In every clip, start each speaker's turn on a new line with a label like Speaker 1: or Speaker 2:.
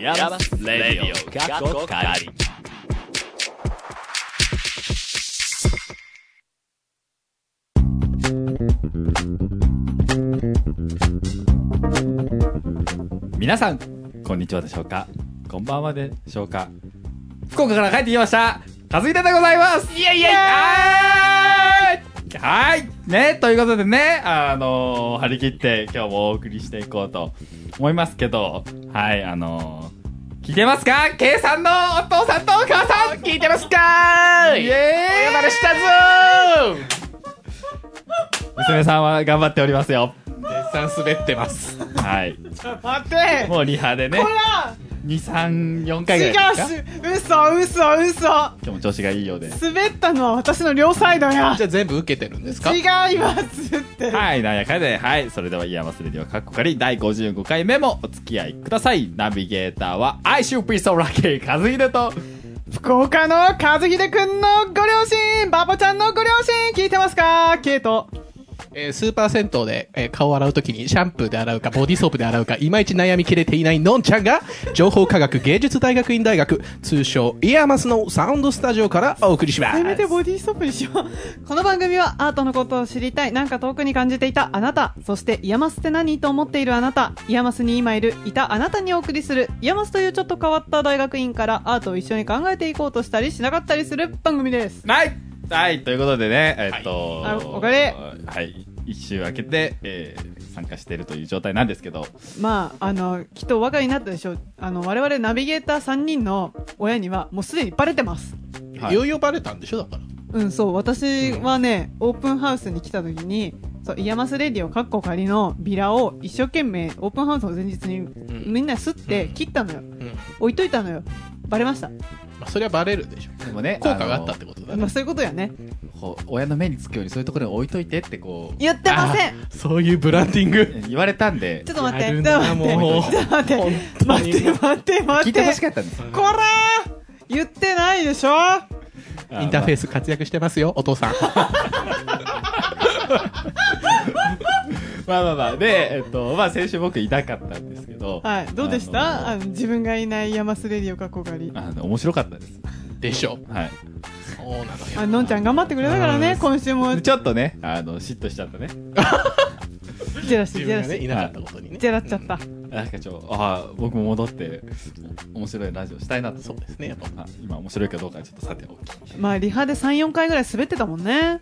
Speaker 1: ヤバスレディオ過去仮皆さんこんにちはでしょうかこんばんはでしょうか福岡から帰ってきました和秀でございますイエイイエイはいねということでねあのー張り切って今日もお送りしていこうと思いますけどはいあのー聞いてますか K さんのお父さんとお母さん聞いてますかイエーイ
Speaker 2: お呼ばれしたぞ
Speaker 1: 娘さんは頑張っておりますよ
Speaker 2: 絶賛滑ってます。
Speaker 1: はい
Speaker 3: 待て
Speaker 1: もうリハでね
Speaker 3: ほら
Speaker 1: 234回ぐ
Speaker 3: 違
Speaker 1: ら
Speaker 3: う
Speaker 1: いですか
Speaker 3: し嘘嘘嘘
Speaker 1: 今日も調子がいいようで
Speaker 3: 滑ったのは私の両サイドや
Speaker 2: じゃあ全部受けてるんですか
Speaker 3: 違いますって
Speaker 1: はい、なんやかんやで、はい、それでは、イヤマスレディオカッコカリ第55回目もお付き合いください。ナビゲーターは、I should be so lucky, カズヒデと、
Speaker 3: 福岡の和秀くんのご両親バボちゃんのご両親聞いてますかケイト
Speaker 2: えースーパー銭湯で、えー顔を洗うときにシャンプーで洗うかボディーソープで洗うかいまいち悩みきれていないのんちゃんが情報科学芸術大学院大学通称イヤマスのサウンドスタジオからお送りしま
Speaker 3: せめて
Speaker 2: す。
Speaker 3: ボディストップにしようこの番組はアートのことを知りたいなんか遠くに感じていたあなたそしてイヤマスって何と思っているあなたイヤマスに今いるいたあなたにお送りするイヤマスというちょっと変わった大学院からアートを一緒に考えていこうとしたりしなかったりする番組です
Speaker 1: はい、はい、ということでね、えっと、
Speaker 3: はいあおかえ
Speaker 1: りはい、一周明けて、えー参加しているという状態なんですけど、
Speaker 3: まああのきっとお分かりになったでしょうあの我々ナビゲーター3人の親にはもうすでにバレてます
Speaker 1: はい
Speaker 2: いよいよバレたんでしょだから。
Speaker 3: うんそう私はね、オープンハウスに来た時にそうイヤマスレディオかっこ仮のビラを一生懸命オープンハウスの前日にみんなすって切ったのよ、
Speaker 2: うん。ま
Speaker 3: 置いといたのよバレました、
Speaker 2: あそれはバレるでしょ。
Speaker 1: でもね、
Speaker 2: 効果があったってことだ
Speaker 3: まあ、
Speaker 2: ね。
Speaker 3: そういうことやね
Speaker 1: あのこう親の目につくようにそういうところに置いといてってこう、
Speaker 3: 言ってません
Speaker 2: あーそういうブランディング。
Speaker 1: 言われたんで
Speaker 3: ちょ、っと待って
Speaker 2: や
Speaker 3: ちょ
Speaker 2: る
Speaker 3: っと
Speaker 2: な
Speaker 3: 待って
Speaker 2: もう
Speaker 3: ちょっと待って待って待って
Speaker 1: 聞
Speaker 3: 待
Speaker 1: いて
Speaker 3: っ
Speaker 1: 欲してかったんです。
Speaker 3: こらー言ってないでしょ
Speaker 2: インターフェー
Speaker 1: ス。
Speaker 2: ス活躍してますよお父さん。
Speaker 1: まあまあまあ、で、えっと、まあ先週僕いなかったんですけど、
Speaker 3: はいどうでし
Speaker 1: あ
Speaker 3: たあの自分がいないイヤマスレディオかっこ仮
Speaker 1: のあの面白かったです。
Speaker 2: でしょ。
Speaker 1: はい。
Speaker 2: そうなのよ。
Speaker 3: あのんちゃん頑張ってくれたからね
Speaker 2: うん
Speaker 3: 今週も
Speaker 1: ちょっとね、あの、嫉妬しちゃったね。
Speaker 3: ジェラシージェ
Speaker 2: 自分
Speaker 3: ラ
Speaker 2: が
Speaker 3: シ
Speaker 2: ね
Speaker 3: ー
Speaker 2: いなかったことにね。
Speaker 3: ジェラっちゃった、
Speaker 1: なんかちょ、ああ、僕も戻って、面白いラジオしたいなと。
Speaker 2: そうですねやっぱ
Speaker 1: あ今面白いかどうかはちょっとさておき。
Speaker 3: まあリハで34回ぐらい滑ってたもんね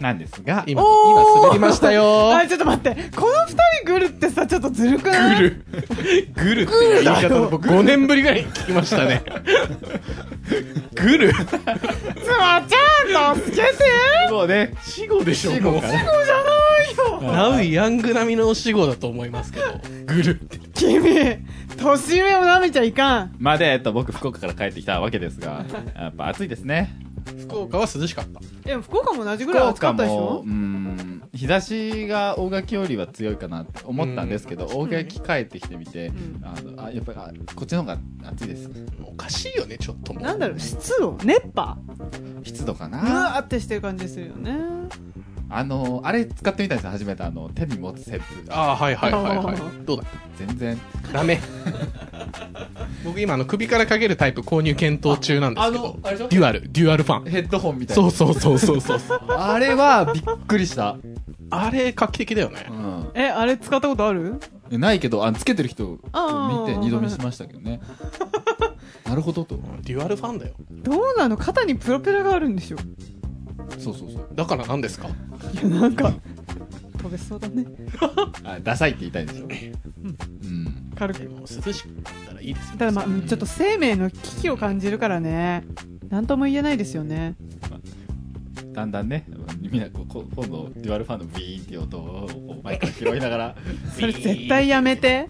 Speaker 1: なんですが、
Speaker 2: 今
Speaker 3: おー
Speaker 2: 今滑りました よ。
Speaker 3: あちょっと待ってこの二人グルってさちょっとずるくない
Speaker 2: グル。グルっていう言い方を僕5年ぶりぐらいに聞きましたね。グル
Speaker 3: つまちゃん助けて
Speaker 1: そうね、
Speaker 2: 死後でしょ、
Speaker 1: 死
Speaker 2: も
Speaker 1: 後
Speaker 2: う
Speaker 1: か。な。
Speaker 3: そうじゃないよ
Speaker 2: ナウイヤング並みの死後だと思いますけど。グルって。
Speaker 3: 君年上を舐めちゃいかん
Speaker 1: まあで、えっと、僕、福岡から帰ってきたわけですが、やっぱ暑いですね。
Speaker 2: 福岡は涼しかった。
Speaker 3: でも福岡も同じぐ
Speaker 1: 福
Speaker 3: らい暑か
Speaker 1: 岡
Speaker 3: ったでし
Speaker 1: も、
Speaker 3: ょ
Speaker 1: うん、日差しが大垣よりは強いかなって思ったんですけど、大垣帰ってきてみて
Speaker 3: う、
Speaker 1: あの、あ、やっぱり、あこっちの方が暑いです。
Speaker 2: おかしいよね、ちょっともう。
Speaker 3: なんだろう湿度熱波
Speaker 1: 湿度か
Speaker 3: う
Speaker 1: な。
Speaker 3: わーってしてる感じするよね
Speaker 1: あの、あれ使ってみたんですよ、初めて。あの、手に持つ扇風。
Speaker 2: ああ、はいはいはいは
Speaker 3: あー
Speaker 2: い。どうだ
Speaker 1: 全然。
Speaker 2: ダメ。 僕今あの首からかけるタイプ購入検討中なんですけ
Speaker 1: ああの
Speaker 2: ど。
Speaker 1: あれでしょ
Speaker 2: デュアル、デュアルファン。
Speaker 1: ヘッドホンみたいな。
Speaker 2: そうそうそうそうそうそう。
Speaker 1: あれはびっくりした。
Speaker 2: あれ画期的だよね。
Speaker 1: う
Speaker 3: えあれ使ったことある
Speaker 1: ん。ないけど、あのつけてる人を
Speaker 3: あ
Speaker 1: 見て
Speaker 3: ー
Speaker 1: 二度見しましたけどね。 なるほどと。
Speaker 2: デュアルファンだよ。
Speaker 3: どうなの肩にプロペラがあるんでしょ
Speaker 1: そうそうそう。
Speaker 2: だから何ですか
Speaker 3: いやなんか飛べそうだね
Speaker 1: あ、ダサいって言いたいんでしょ。うん。
Speaker 3: 軽く
Speaker 2: でも涼しくなったらいいですよ。
Speaker 3: ただまあうんちょっと生命の危機を感じるからね何とも言えないですよね
Speaker 1: だんだんね、みんなここ今度、デュアルファンのビーンっていう音をこうマイクから拾いながら、
Speaker 3: それ絶対やめて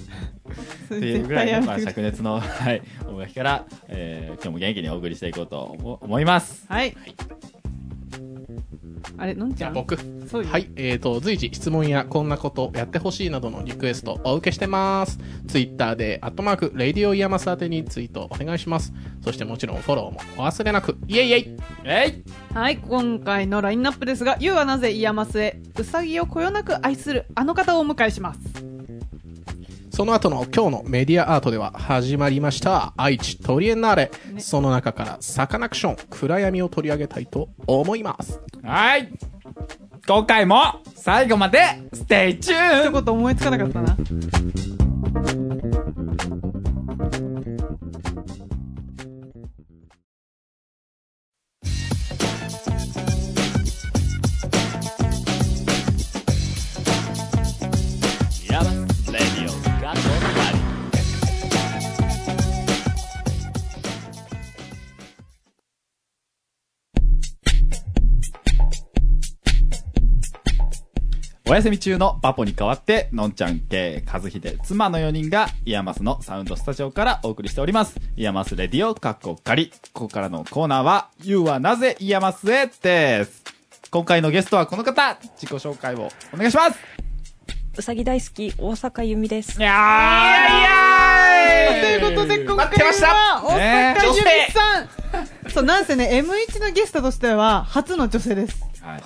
Speaker 3: そ
Speaker 1: っ
Speaker 3: れ
Speaker 1: ていう
Speaker 3: 絶
Speaker 1: ぐら
Speaker 3: 対
Speaker 1: い
Speaker 3: や
Speaker 1: の、まあ、
Speaker 3: めてく
Speaker 1: 灼
Speaker 3: ださい
Speaker 1: 熱の、はい、音楽から、えー今日も元気にお送りしていこうと思思います。
Speaker 3: はいあれのんち
Speaker 2: じゃ
Speaker 3: ゃ
Speaker 2: あ
Speaker 3: ん
Speaker 2: 僕。
Speaker 3: そうよ
Speaker 2: はい、えー、と随時質問やこんなことやってほしいなどのリクエストお受けしてますツイッターで「アットマークレディオイヤマス」宛てにツイートお願いしますそしてもちろんフォローもお忘れなくイエイイエイ
Speaker 1: えい
Speaker 3: はい今回のラインナップですが「ゆうはなぜイヤマスへうさぎをこよなく愛するあの方をお迎えします
Speaker 2: その後の今日のメディアアートでは始まりました愛知トリエンナーレ、
Speaker 3: ね
Speaker 2: その中からサカナクション暗闇を取り上げたいと思います
Speaker 1: はい今回も最後までステイチューン
Speaker 3: 一言思いつかなかったな。
Speaker 1: ヤマスレディオ過去回お休み中のパポに代わって、のんちゃん系、和秀、妻の4人が、イヤマスのサウンドスタジオからお送りしております。イヤマスレディオ、カッコカリ。ここからのコーナーは、You はなぜイヤマスへです。今回のゲストはこの方、自己紹介をお願いします
Speaker 4: うさぎ大好き、大阪由美です
Speaker 1: い。や
Speaker 3: と
Speaker 1: ーいやいや
Speaker 3: いうことで、今
Speaker 1: 待って
Speaker 3: 回
Speaker 1: ました
Speaker 3: は、大
Speaker 1: ね
Speaker 3: 阪由美さん。そう、なんせね、M1 のゲストとしては、初の女性です。
Speaker 1: はい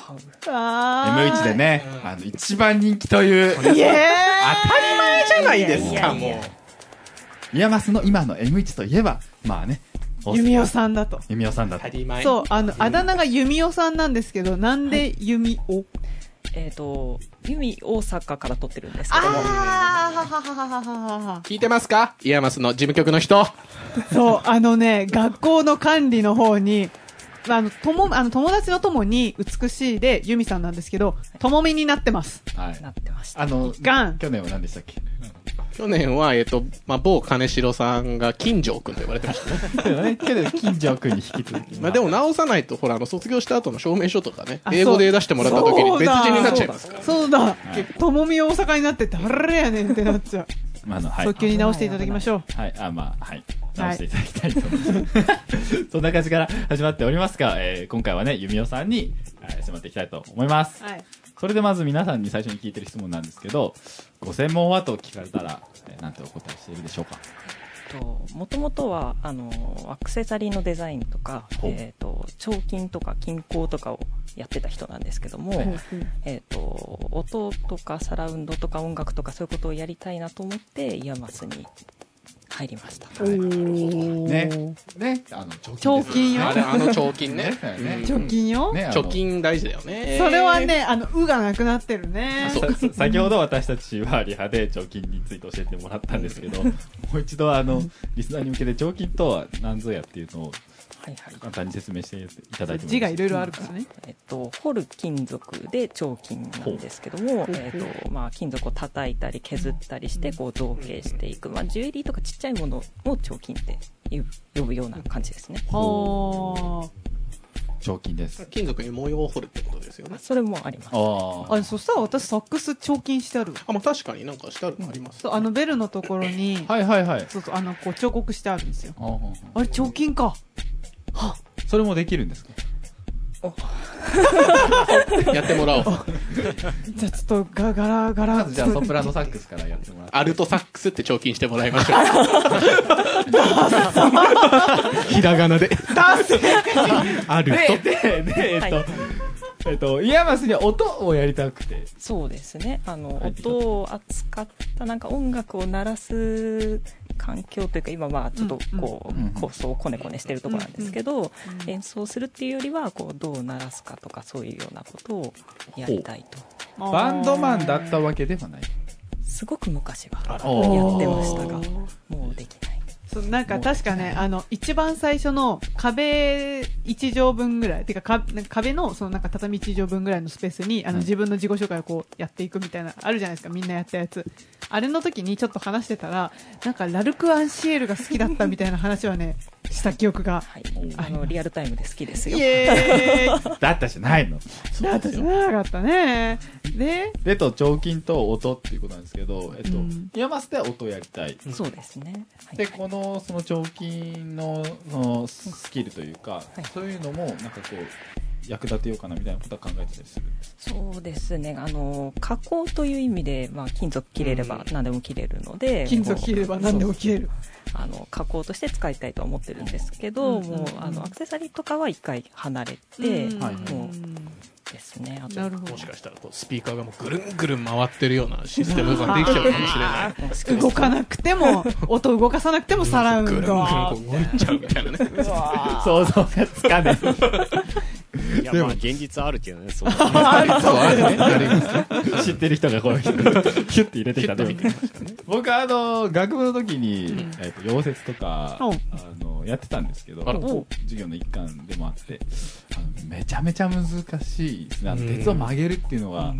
Speaker 3: あー
Speaker 1: M1 で。ね、あの、一番人気という、当た
Speaker 3: イ
Speaker 1: り
Speaker 3: エーイ
Speaker 1: 前じゃないで
Speaker 4: い
Speaker 1: す
Speaker 4: や
Speaker 1: か、
Speaker 4: いやいや
Speaker 1: もう。イヤマスの今の M1 といえば、まあね、
Speaker 3: 弓
Speaker 1: お
Speaker 3: 代さんだと。
Speaker 1: 弓代さんだった。
Speaker 2: り前
Speaker 3: そう、あの、あだ名が弓代さんなんですけど、なんで弓を
Speaker 4: えっ、と、由美大阪から撮ってるんですけども。
Speaker 3: あーははははははは。
Speaker 2: 聞いてますかイヤマスの事務局の人
Speaker 3: そう、あのね、学校の管理の方に、あの、とも、あの、友達のともに美しいで、ユミさんなんですけど、ともみになってます。
Speaker 1: はい
Speaker 4: な。ってました。
Speaker 1: あの、
Speaker 3: ガン
Speaker 1: 去年は何でしたっけ
Speaker 2: 去年は、えっ、と、まあ、某金城さんが金城くんと呼ばれてましたね。
Speaker 1: 去年、金城くんに引き続き。
Speaker 2: まあ、でも、直さないと、ほら、あの、卒業した後の証明書とかね
Speaker 3: あ、
Speaker 2: 英語で出してもらった時に別人になっちゃいます。
Speaker 3: から。そうだ、ともみ大阪になって誰やねんってなっちゃう。
Speaker 1: まあ、あの、はい
Speaker 3: 早。急に直していただきましょう。
Speaker 1: はい、あ、まあ、はい。直していただきたいと思います。 そんな感じから始まっておりますが、えー今回はね、弓代さんに、えー迫っていきたいと思います。
Speaker 3: はい。
Speaker 1: それでまず皆さんに最初に聞いてる質問なんですけど、ご専門はと聞かれたら、えーなんてお答えしているでしょうか。
Speaker 4: もともとはあのアクセサリーのデザインとか、
Speaker 1: ほう
Speaker 4: えー、と彫金とか金工とかをやってた人なんですけども、
Speaker 1: はい
Speaker 4: えー、と音とかサラウンドとか音楽とかそういうことをやりたいなと思ってイヤマスに入りました
Speaker 1: ね。ね。あの、貯
Speaker 3: 長金よ
Speaker 2: あ。れ、あの、貯金ね。
Speaker 1: ね
Speaker 2: うん
Speaker 3: 貯金よ。
Speaker 1: ね、あの
Speaker 2: 貯。金大事だよね。
Speaker 3: それは、ね、あの、うがなくなってるね。
Speaker 1: ささ 先ほど私たちはリハで貯金について教えてもらったんです けど、もう一度あの、リスナーに向けて貯金とは何ぞやっていうのを
Speaker 4: はいはい
Speaker 1: 簡単に説明していただいてもい
Speaker 3: 字
Speaker 1: い
Speaker 3: がい
Speaker 1: です
Speaker 3: ろいろあるからね。
Speaker 4: えっと、掘る金属で彫金なんですけども、えっとまあ、金属を叩いたり削ったりしてこう造形していく、まあ、ジュエリーとかちっちゃいものを彫金って呼ぶ呼ぶような感じですね、
Speaker 3: は
Speaker 1: か貯金です。
Speaker 2: 金属に模様を彫るってことですよ
Speaker 4: まあ
Speaker 2: ね。
Speaker 4: それもあります
Speaker 1: あ
Speaker 3: あ。
Speaker 1: あ
Speaker 3: あ、。そしたら私、サックス貯金してあるわ。
Speaker 2: あ、まあ、確かになんかしてあるのあります。
Speaker 3: そう、あの、ベルのところに、
Speaker 1: はいはいはい。
Speaker 3: そうそう、あの、こう、彫刻してあるんですよ。
Speaker 1: ああ
Speaker 3: あれ、貯金か。
Speaker 1: それもできるんですか
Speaker 2: やってもらおう。
Speaker 3: じゃあ、ちょっと、ガガラガ
Speaker 1: ま
Speaker 3: ラ。
Speaker 1: ずじゃあソプラノサックスからやってもらって。
Speaker 2: アルトサックスって貯金してもらいましょ う。ひらがなで。アル
Speaker 1: で、で、で、えっ
Speaker 4: はい
Speaker 1: と、えっと、イヤマスに音をやりたくて。
Speaker 4: そうですねあの、
Speaker 1: はい
Speaker 4: 音を扱ったなんか音楽を鳴らす環境というか今まあちょっとこ
Speaker 1: うんうん
Speaker 4: う構想をこねこねしてるところなんですけど、
Speaker 3: うん
Speaker 4: 演奏するっていうよりはこうどう鳴らすかとかそういうようなことをやりたいと
Speaker 1: バンドマンだったわけではない。
Speaker 4: すごく昔は
Speaker 1: あ
Speaker 3: おー
Speaker 4: やってましたがもうできない
Speaker 3: そうなんか確かね、あの、一番最初の壁一畳分ぐらい、てかかなんか壁の、そのなんか畳一畳分ぐらいのスペースに、あ
Speaker 1: うん
Speaker 3: の、自分の自己紹介をこう、やっていくみたいな、あるじゃないですか、みんなやったやつ。あれの時にちょっと話してたら、なんか、ラルク・アンシエルが好きだったみたいな話はね、した記憶が。
Speaker 4: はい
Speaker 1: おー
Speaker 4: あのリアルタイムで好きです
Speaker 3: イ
Speaker 4: よ
Speaker 3: エーイ
Speaker 1: だったじゃないの。
Speaker 3: だって知らなかったね。で、
Speaker 1: でと、彫金と音っていうことなんですけど、えっと
Speaker 3: うん、
Speaker 1: イヤマスで音をやりたい。
Speaker 4: そうですねはい
Speaker 1: で、この、その彫金の、その、スキルというか
Speaker 4: はい、
Speaker 1: そういうのも、なんかこう、役立てようかなみたいなことは考えてたりするんです
Speaker 4: そうですねあの加工という意味で、まあ、金属切れれば何でも切れるので、
Speaker 3: 金属切れば何でも切れる。
Speaker 4: あの加工として使いたいとは思ってるんですけど、
Speaker 3: うん
Speaker 4: もうあのアクセサリーとかは一回離れ
Speaker 3: で
Speaker 4: て、
Speaker 1: はいはい
Speaker 4: もうですね。あと
Speaker 3: なるほど
Speaker 2: もしかしたらこうスピーカーがもうぐるんぐるん回ってるようなシステムができちゃうかもしれない。
Speaker 3: 動かなくても音動かさなくてもサラウン
Speaker 2: ぐるんぐるん
Speaker 3: ド
Speaker 2: こう動いちゃうみたいなね。
Speaker 1: 想像がつかない。
Speaker 5: いや、まあ、現実あるけどね、そう。
Speaker 2: そうあるね。ありますね
Speaker 1: 知ってる人がこう、ヒュッて入れてきたね、みたいな。僕はあの、学部の時に、えっと、溶接とか、
Speaker 3: うん
Speaker 1: あの、やってたんですけど、
Speaker 2: あら
Speaker 1: 授業の一環でもあって、あのめちゃめちゃ難しいですね。あの鉄を曲げるっていうのが、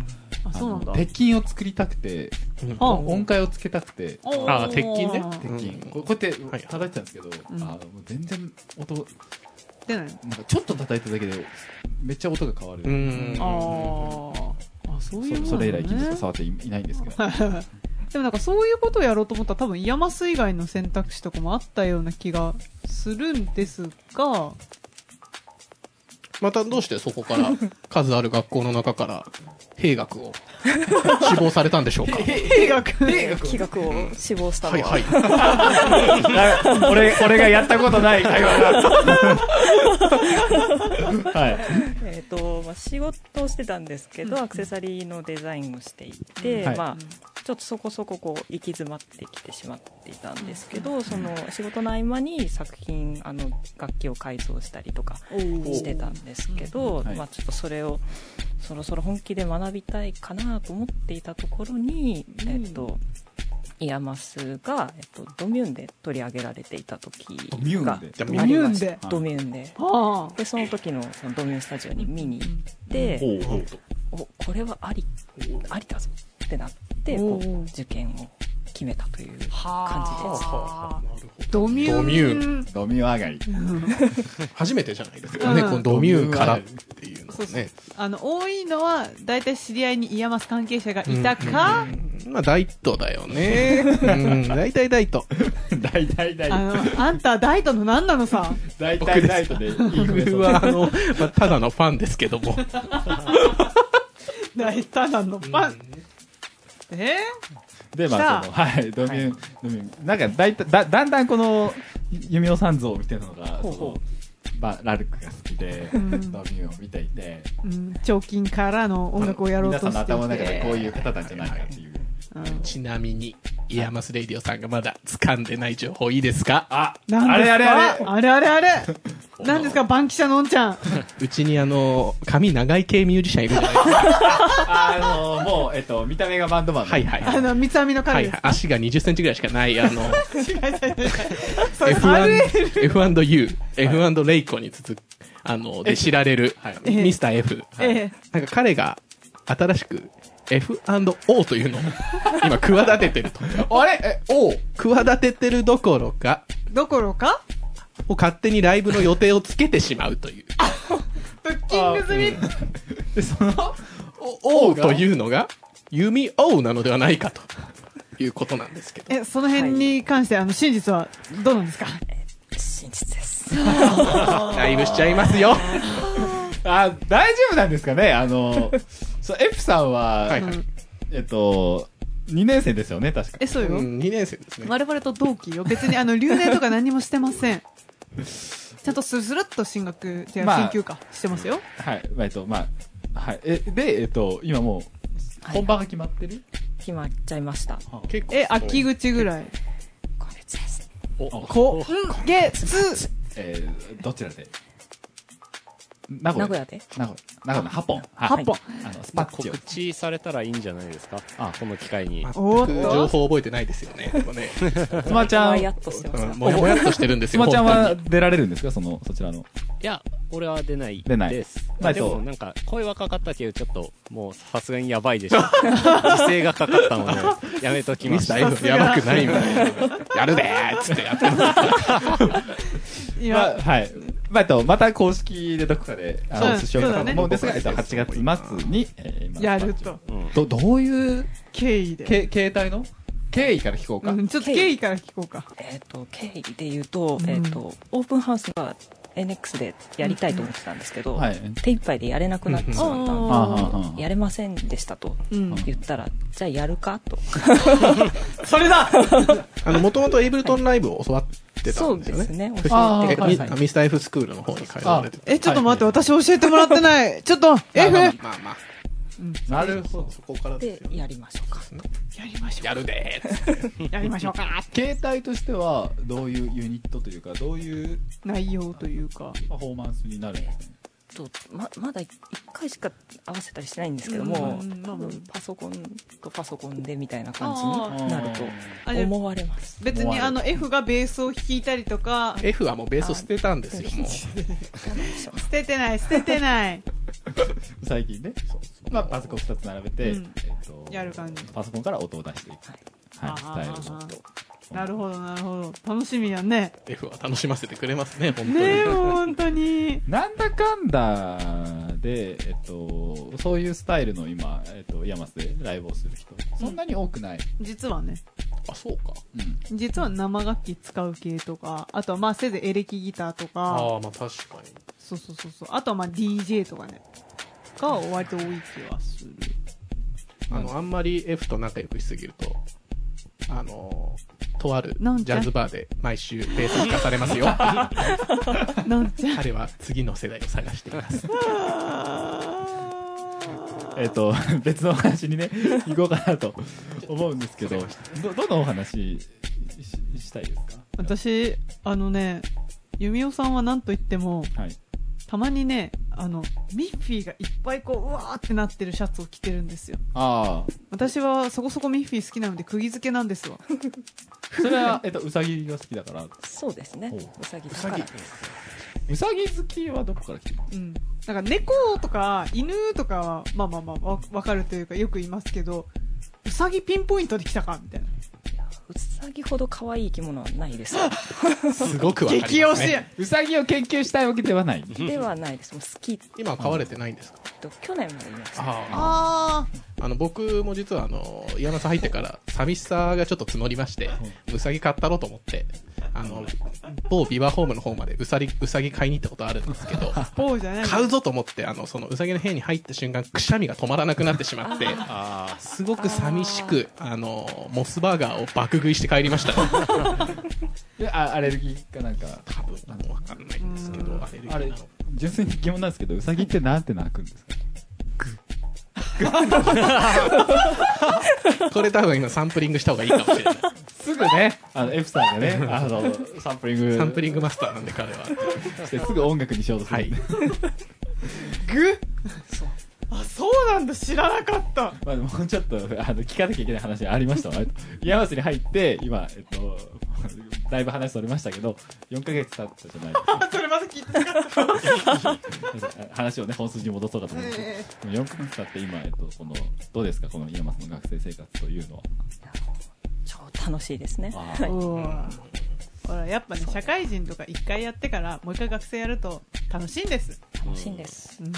Speaker 3: あそうなんだ
Speaker 1: あの鉄筋を作りたくて、
Speaker 2: うん
Speaker 3: あ
Speaker 1: 音階をつけたくて、
Speaker 2: あ鉄筋ね
Speaker 1: 鉄筋、こうこうやって
Speaker 2: はい
Speaker 1: 叩いてたんですけど、あ
Speaker 3: ん
Speaker 1: のもう全然音、
Speaker 3: 出ないの
Speaker 1: なんかちょっと叩いただけで、めっちゃ音が変わる。
Speaker 2: うん
Speaker 3: あーあそういうもん
Speaker 1: そそ
Speaker 3: ね
Speaker 1: れ以来、君と触っていいないんですけど。
Speaker 3: でもなんかそういうことをやろうと思ったら多分山須以外の選択肢とかもあったような気がするんですが
Speaker 2: またどうしてそこ から数ある学校の中から兵学を志望されたんでしょうか。
Speaker 3: 映画君
Speaker 4: 企画を志望したの
Speaker 2: はい
Speaker 4: は、
Speaker 2: はい。
Speaker 1: 俺、俺がやったことない会 話が。はい。
Speaker 4: えーとまあ、仕事をしてたんですけど、アクセサリーのデザインをしていて、
Speaker 1: はい
Speaker 4: まあ、ちょっとそこそここう行き詰まってきてしまっていたんですけど、その仕事の合間に作品あの楽器を改造したりとかしてたんですけど、
Speaker 1: はい
Speaker 4: まあ、ちょっとそれをそろそろ本気で学びたいかなと思っていたところに、えっとイアマスが、えっと、ドミューンで取り上げられていた時が
Speaker 1: ドミューンで
Speaker 4: ありました
Speaker 3: ドミューンで
Speaker 4: ドミューンで。
Speaker 3: ああ
Speaker 4: でその時のそのドミューンスタジオに見に行って、
Speaker 1: うほう
Speaker 4: おこれはありありだぞってなってこ
Speaker 3: おうお
Speaker 4: う
Speaker 3: う
Speaker 4: 受験を決めたという感じです。
Speaker 3: はあドミューン
Speaker 2: ドミュ
Speaker 1: ドミュー上がり。
Speaker 2: 初めてじゃないですかね、このドミューンからっていうのはね。
Speaker 3: あの多いのは大体知り合いにイヤマス関係者がいたか、
Speaker 2: まあ大都だよね。うん、大体大都。
Speaker 1: 大体大
Speaker 3: あ
Speaker 1: 体。
Speaker 3: のあんた大との何なのさ
Speaker 1: 大体大体でいい
Speaker 2: 僕は、あの、まあ、ただのファンですけども。
Speaker 3: 大体なのパン、え
Speaker 1: で、まあ、その、はい、ドミューン、ドミューン。なんか、大体、だ、だんだんこの、ゆみおさん像みたいなのが、その、ばラルクが好きで、ド
Speaker 3: ん
Speaker 1: ミューンを見ていて、
Speaker 3: ーうん、彫金からの音楽をやろう
Speaker 1: 皆
Speaker 3: として
Speaker 1: さ
Speaker 3: い
Speaker 1: んの頭
Speaker 3: て
Speaker 1: の中でこういう方なんじゃないかっていう。
Speaker 3: うん
Speaker 2: ちなみに、イヤマスレイディオさんがまだ掴んでない情報いいですか
Speaker 1: あ、
Speaker 3: 何
Speaker 1: あ
Speaker 3: です
Speaker 1: れ
Speaker 3: か
Speaker 1: あれあれ
Speaker 3: あれあれあれ何ですかバンキシャのんちゃん
Speaker 2: うちにあの、髪長い系ミュージシャンいるじゃないですか。
Speaker 1: あの、もう、えっと、見た目がバンドマンの
Speaker 2: はいはい。
Speaker 3: あの三つ編みの
Speaker 2: は
Speaker 3: 彼
Speaker 2: い
Speaker 3: で
Speaker 2: はい、足が20センチぐらいしかない、あの、
Speaker 3: す、違う違う違うそれ
Speaker 2: F1、F&U、F& レイコに続く、あの、で知られる、
Speaker 1: はい
Speaker 2: ミスター F。
Speaker 3: ええ
Speaker 2: なんか彼が、新しく、F&O というのを、今、企ててると。
Speaker 1: あれえ、おう
Speaker 2: 企ててるどころか、
Speaker 3: どころか
Speaker 2: もう勝手にライブの予定をつけてしまうという。
Speaker 3: ブッキング済み
Speaker 1: で、その、
Speaker 2: 王というのが弓王なのではないかということなんですけど。
Speaker 3: えその辺に関してあの真実はどうなんですか
Speaker 4: 真実です。
Speaker 2: ライブしちゃいますよ。
Speaker 1: あ、大丈夫なんですかねあの、そう、F さんは、
Speaker 2: はいはい。
Speaker 1: えっと、2年生ですよね、確か
Speaker 3: え。そうよ、
Speaker 2: うん二年生ですね。
Speaker 3: 我々と同期よ 別にあの留年とか何もしてませんちゃんとスルスルっと進学違う進
Speaker 1: まあ
Speaker 3: 級かしてますよ
Speaker 1: はい、まあえっと、まあ、はい。え、で、えっと、今もう、
Speaker 4: はい
Speaker 1: 本番が決まってる、
Speaker 4: 決まっちゃいました。
Speaker 2: 結構
Speaker 3: え秋口ぐらい
Speaker 4: 今月です。
Speaker 1: こ
Speaker 3: うんげつ
Speaker 1: えーどちらで名
Speaker 4: 名
Speaker 1: 古
Speaker 4: 古
Speaker 1: 屋
Speaker 4: 屋。で。
Speaker 1: 名古屋。名古屋の8本。
Speaker 3: 8
Speaker 1: はい
Speaker 3: 本、
Speaker 1: あの、スパ
Speaker 5: まあ、
Speaker 1: ッチを
Speaker 5: 告。知されたらいいんじゃないですか。あ、この機会に。
Speaker 3: おーっ
Speaker 2: 全く
Speaker 3: と
Speaker 2: 情報覚えてないですよね。これね
Speaker 1: つまちゃ
Speaker 4: は
Speaker 1: ん
Speaker 4: や、っとしてま
Speaker 2: う
Speaker 4: し
Speaker 2: ん
Speaker 4: た。
Speaker 2: もやもやっとしてるんです
Speaker 1: つ
Speaker 2: よ。
Speaker 1: まちゃん
Speaker 2: 本
Speaker 1: は出られるんですかその、そちらの。
Speaker 5: いや、俺は出ない
Speaker 1: 出ない
Speaker 5: です。
Speaker 1: まあ
Speaker 5: で
Speaker 1: えっ
Speaker 5: も、
Speaker 1: と
Speaker 5: なんか、声はかかったけど、ちょっと、もう、さすがにやばいでしょ。 時勢がかかったので、やめと
Speaker 2: 当
Speaker 5: き
Speaker 2: に。
Speaker 5: ま
Speaker 2: ミス
Speaker 5: し
Speaker 2: タ
Speaker 5: た。
Speaker 2: ー F やばくないみたいな。やるでーっつってやってます。
Speaker 3: い
Speaker 1: ま
Speaker 3: や
Speaker 1: あ、はい。まあ、えっと、また公式でどこかで、あ
Speaker 3: そう
Speaker 1: の、お寿司をいただ
Speaker 3: そうだね
Speaker 1: と思うんですが、えっと、8月末に、えー
Speaker 3: やる。と
Speaker 5: うん
Speaker 1: ど、どういう、
Speaker 3: 経緯で
Speaker 1: け、携帯の経緯から聞こうか。
Speaker 3: うんちょっと経緯から聞こうか。
Speaker 4: えっ、と、経緯で言うと、
Speaker 3: うん
Speaker 4: えっ、と、オープンハウスが NX でやりたいと思ってたんですけど、
Speaker 1: はい。
Speaker 4: 手一杯でやれなくなってしまったんで
Speaker 1: あああ
Speaker 4: やれませんでしたと
Speaker 3: うん
Speaker 4: 言ったら、じゃあやるかと。
Speaker 3: それだ
Speaker 2: あの、もともとエイブルトンライブを教わってってた
Speaker 4: そ
Speaker 2: ん
Speaker 4: う
Speaker 2: です
Speaker 4: で
Speaker 2: よね
Speaker 4: す。ね。教
Speaker 1: あー
Speaker 4: えて
Speaker 2: え
Speaker 4: ください。
Speaker 2: ミミスタ F スクールの方に通われて
Speaker 3: え、ちょっと待って、私教えてもらって ない。ちょっと、
Speaker 2: まあ
Speaker 3: F!
Speaker 2: ま
Speaker 3: や
Speaker 2: あまあまあ
Speaker 1: なるほど。
Speaker 2: そこからです
Speaker 4: で
Speaker 2: よ、ね。
Speaker 4: やりましょうか。
Speaker 3: りましょ
Speaker 2: やるでーっつって
Speaker 3: う。やりましょうか。
Speaker 1: 携帯としては、どういうユニットというか、どういう
Speaker 3: 内容というか。
Speaker 1: パフォーマンスになるんですかね。
Speaker 4: とままだ1回しか合わせたりしてないんですけども、
Speaker 3: うん
Speaker 4: 多分パソコンとパソコンでみたいな感じになると
Speaker 3: あじゃあ
Speaker 4: 思われます。
Speaker 3: 別にあの F がベースを弾いたりとか、
Speaker 2: F はもうベースを捨てたんですよ、もう。
Speaker 3: 捨ててない、捨ててない。
Speaker 1: 最近ね。まあ、パソコン2つ並べて、
Speaker 3: うん
Speaker 1: えっと
Speaker 3: やる感じ
Speaker 1: パソコンから音を出していく。はい、スタイル
Speaker 3: あ
Speaker 1: を
Speaker 3: ーなるほど、なるほど。楽しみやね。
Speaker 2: F は楽しませてくれますね、本当 に。
Speaker 3: ねえ、もう本当に。
Speaker 1: なんだかんだで、えっと、そういうスタイルの今、えっと、山瀬でライブをする人、そんなに多くない。
Speaker 3: 実はね、
Speaker 2: あ、そうか。
Speaker 1: うん。
Speaker 3: 実は生楽器使う系とか、あとはまあせいぜいエレキギターとか、
Speaker 2: ああ、まあ確かに。
Speaker 3: そうそうそうそう、あとはまあ DJ とかね、が割と多い気はする。
Speaker 2: あの、あんまり F と仲良くしすぎると、あのー、とあるジ
Speaker 3: なんちゃ
Speaker 2: ャズバーで毎週ベース聞かされますよ。
Speaker 3: なんちゃ
Speaker 2: 彼は次の世代を探しています。
Speaker 1: えっと、 別のお話に ね、行こうかなと思うんですけど、ど、どのお話しししたいです
Speaker 3: 私、あのね、弓尾さんは何と言っても、
Speaker 1: かはい。
Speaker 3: たまにね、あの、ミッフィーがいっぱいこう、うわーってなってるシャツを着てるんですよ。
Speaker 1: ああ、
Speaker 3: 私はそこそこミッフィー好きなので、釘付けなんですわ。
Speaker 1: それは、 えっと、うさぎが好きだから、
Speaker 4: そうですね
Speaker 1: ほう。
Speaker 4: うさぎだからです。
Speaker 1: うさぎ好きはどこから来てます
Speaker 3: うん。なんか猫とか犬とかは、まあまあまあ、わわかるというかよく言いますけど、うさぎピンポイントで来たかみたいな。
Speaker 4: うさぎほど可愛い生き物はないです。
Speaker 2: すごくわかります、ね。
Speaker 3: 激推しや
Speaker 1: うさぎを研究したいわけではない。
Speaker 4: ではないです。もう好き
Speaker 2: 今は買われてないんですか
Speaker 4: と去年までいました。
Speaker 2: あ
Speaker 3: あ
Speaker 2: あの僕も実はあの岩野さん入ってから寂しさがちょっと募りましてうさぎ買ったろうと思ってあの某ビバホームの方までうさりうさぎ買いに行ったことあるんですけ ど
Speaker 3: ー、ポーじゃない。
Speaker 2: 買うぞと思ってあのそのうさぎの部屋に入った瞬間くしゃみが止まらなくなってしまってすごく寂しくあのモスバーガーを爆食いして帰りま した
Speaker 1: であアレルギーかなんか。
Speaker 2: 多分あのわかんないんですけどアレルギ
Speaker 1: あ
Speaker 2: ー
Speaker 1: れ
Speaker 2: なの、
Speaker 1: 純粋に疑問なんですけど、うさぎってなんて鳴くんですか
Speaker 2: これ多分今サンプリングした方がいいかもしれない
Speaker 1: すぐね、あの、F さんがね、 あの、サンプリング。
Speaker 2: サンプリングマスターなんで彼は
Speaker 1: して、すぐ音楽にしようとする。
Speaker 2: はい
Speaker 3: ぐあ、そうなんだ、知らなかった。
Speaker 1: まあ、でももうちょっと、あの、聞かなきゃいけない話ありましたわ。イヤマスに入って、今、えっと、だいぶ話それましたけど、4ヶ月経ったじゃない
Speaker 3: あ それまだ聞いてなかった。
Speaker 1: ですか。話をね、本筋に戻そうかと思うんです
Speaker 3: え
Speaker 1: けど、4ヶ月経って今、えっと、この、どうですか、このイヤマスの学生生活というのは。
Speaker 4: 超楽しいですね。
Speaker 1: あ
Speaker 4: は
Speaker 1: ー
Speaker 4: い。
Speaker 3: おーほら、やっぱね、社会人とか一回やってから、もう一回学生やると楽しいんです。
Speaker 4: 楽しいんです。
Speaker 3: うん。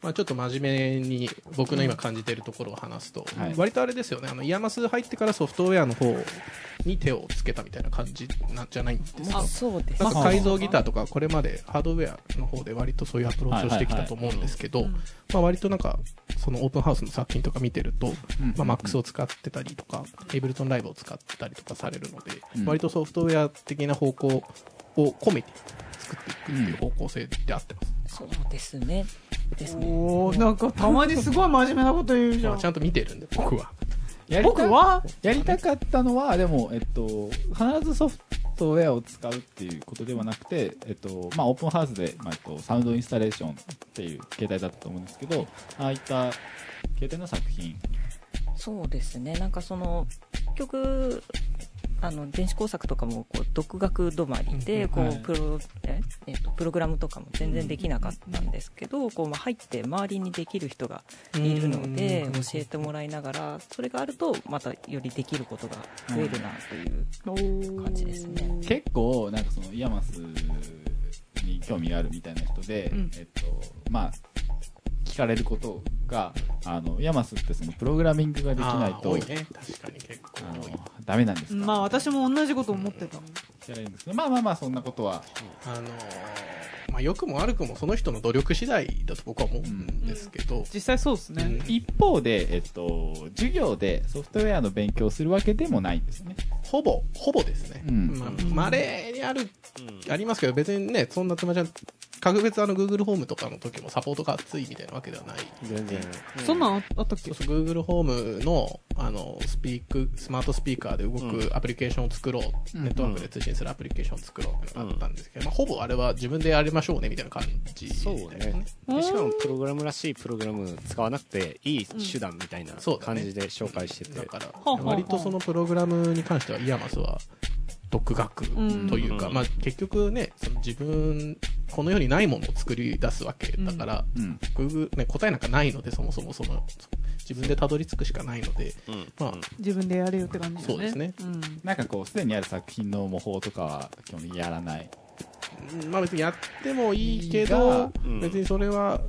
Speaker 2: まあ、ちょっと真面目に僕の今感じているところを話すと、
Speaker 1: はい
Speaker 2: 割とあれですよねあのイヤマス入ってからソフトウェアの方に手をつけたみたいな感じなんじゃないんです
Speaker 4: も
Speaker 2: か
Speaker 4: うそうです
Speaker 2: なん。
Speaker 4: ね
Speaker 2: か改造ギターとかこれまでハードウェアの方で割とそういうアプローチをしてきたと思うんですけど、まあ、割となんかそのオープンハウスの作品とか見てると、
Speaker 1: ん
Speaker 2: まあ、MAX を使ってたりとかエイブルトンライブを使ってたりとかされるので、
Speaker 1: うん
Speaker 2: 割とソフトウェア的な方向を込めて作っていくっていう方向性で合ってます、
Speaker 4: そうですね。ですね。
Speaker 3: おー、なんかたまにすごい真面目なこと言うじゃ
Speaker 2: まあ、
Speaker 3: ん
Speaker 2: ち。ゃんと見てるんで僕は。
Speaker 1: やりた
Speaker 3: 僕は
Speaker 1: やりたかったのは、でも、えっと、必ずソフトウェアを使うっていうことではなくて、えっと、まあ、オープンハウスで、まあ、えっと、サウンドインスタレーションっていう形態だったと思うんですけど、ああいった形態の作品。
Speaker 4: そうですねなんかその結局あの電子工作とかもこう独学止まり
Speaker 2: うんう
Speaker 4: で
Speaker 2: ん
Speaker 4: こ
Speaker 1: はいう
Speaker 4: プロええっとプログラムとかも全然できなかったんですけどこうまあ入って周りにできる人がいるので
Speaker 2: うん
Speaker 4: 教えてもらいながらそれがあるとまたよりできることが増えるなという
Speaker 3: おー
Speaker 4: 感じですね。
Speaker 1: 結構、なんかその、イヤマスに興味があるみたいな人で、
Speaker 3: うん
Speaker 1: えっと、まあ、聞かれることが、あの、イヤマスってその、プログラミングができない
Speaker 2: あー
Speaker 1: と、
Speaker 2: 多いね確かに結構
Speaker 1: あの
Speaker 2: 多い、
Speaker 1: ダメなんですか
Speaker 3: まあ私も同じこと思ってた。
Speaker 1: 聞かれるんですけど、まあまあまあ、そんなことは、
Speaker 2: あのーまあ、良くも悪くもその人の努力次第だと僕は思うんですけど、
Speaker 3: 実際そうですね、
Speaker 2: うん
Speaker 1: 一方で、えっと、授業でソフトウェアの勉強をするわけでもないんですよね。
Speaker 2: ほぼほぼですね、
Speaker 1: うん
Speaker 2: まあ、稀にある
Speaker 5: うん
Speaker 2: ありますけど別にねそんなつまちゃん格別あの Google ホームとかの時もサポートが熱いみたいなわけではない
Speaker 5: 全然。
Speaker 3: そんなんああったっけ
Speaker 2: そうそう Google ホームのあのスピークスマートスピーカーで動くアプリケーションを作ろう、
Speaker 1: うん
Speaker 2: ネットワークで通信するアプリケーションを作ろうってのがあったんですけど、まあ、ほぼあれは自分でやりましょうねみたいな感じで
Speaker 5: そうね。
Speaker 3: うん
Speaker 5: でしかもプログラムらしいプログラム使わなくていい手段みたいな
Speaker 2: そうだ
Speaker 5: 感
Speaker 2: ね
Speaker 5: じで紹介してて。
Speaker 2: だから
Speaker 3: ほうほう
Speaker 2: 割とそのプログラムに関してはイヤマスは独学というか、
Speaker 5: うん
Speaker 2: まあ、結局ねその自分この世にないものを作り出すわけだから、
Speaker 1: うん。
Speaker 2: Google ね、答えなんかないのでそもそもその自分でたどり着くしかないので、
Speaker 5: うん
Speaker 2: まあ、
Speaker 3: 自分でやれよって感じだね
Speaker 2: そうですね
Speaker 3: うん
Speaker 1: なんかこう、すでにある作品の模倣とかは基本的にやらない。
Speaker 2: うんまあ別にやってもいいけ
Speaker 1: いい
Speaker 2: ど
Speaker 1: が、
Speaker 5: うん
Speaker 2: 別にそれは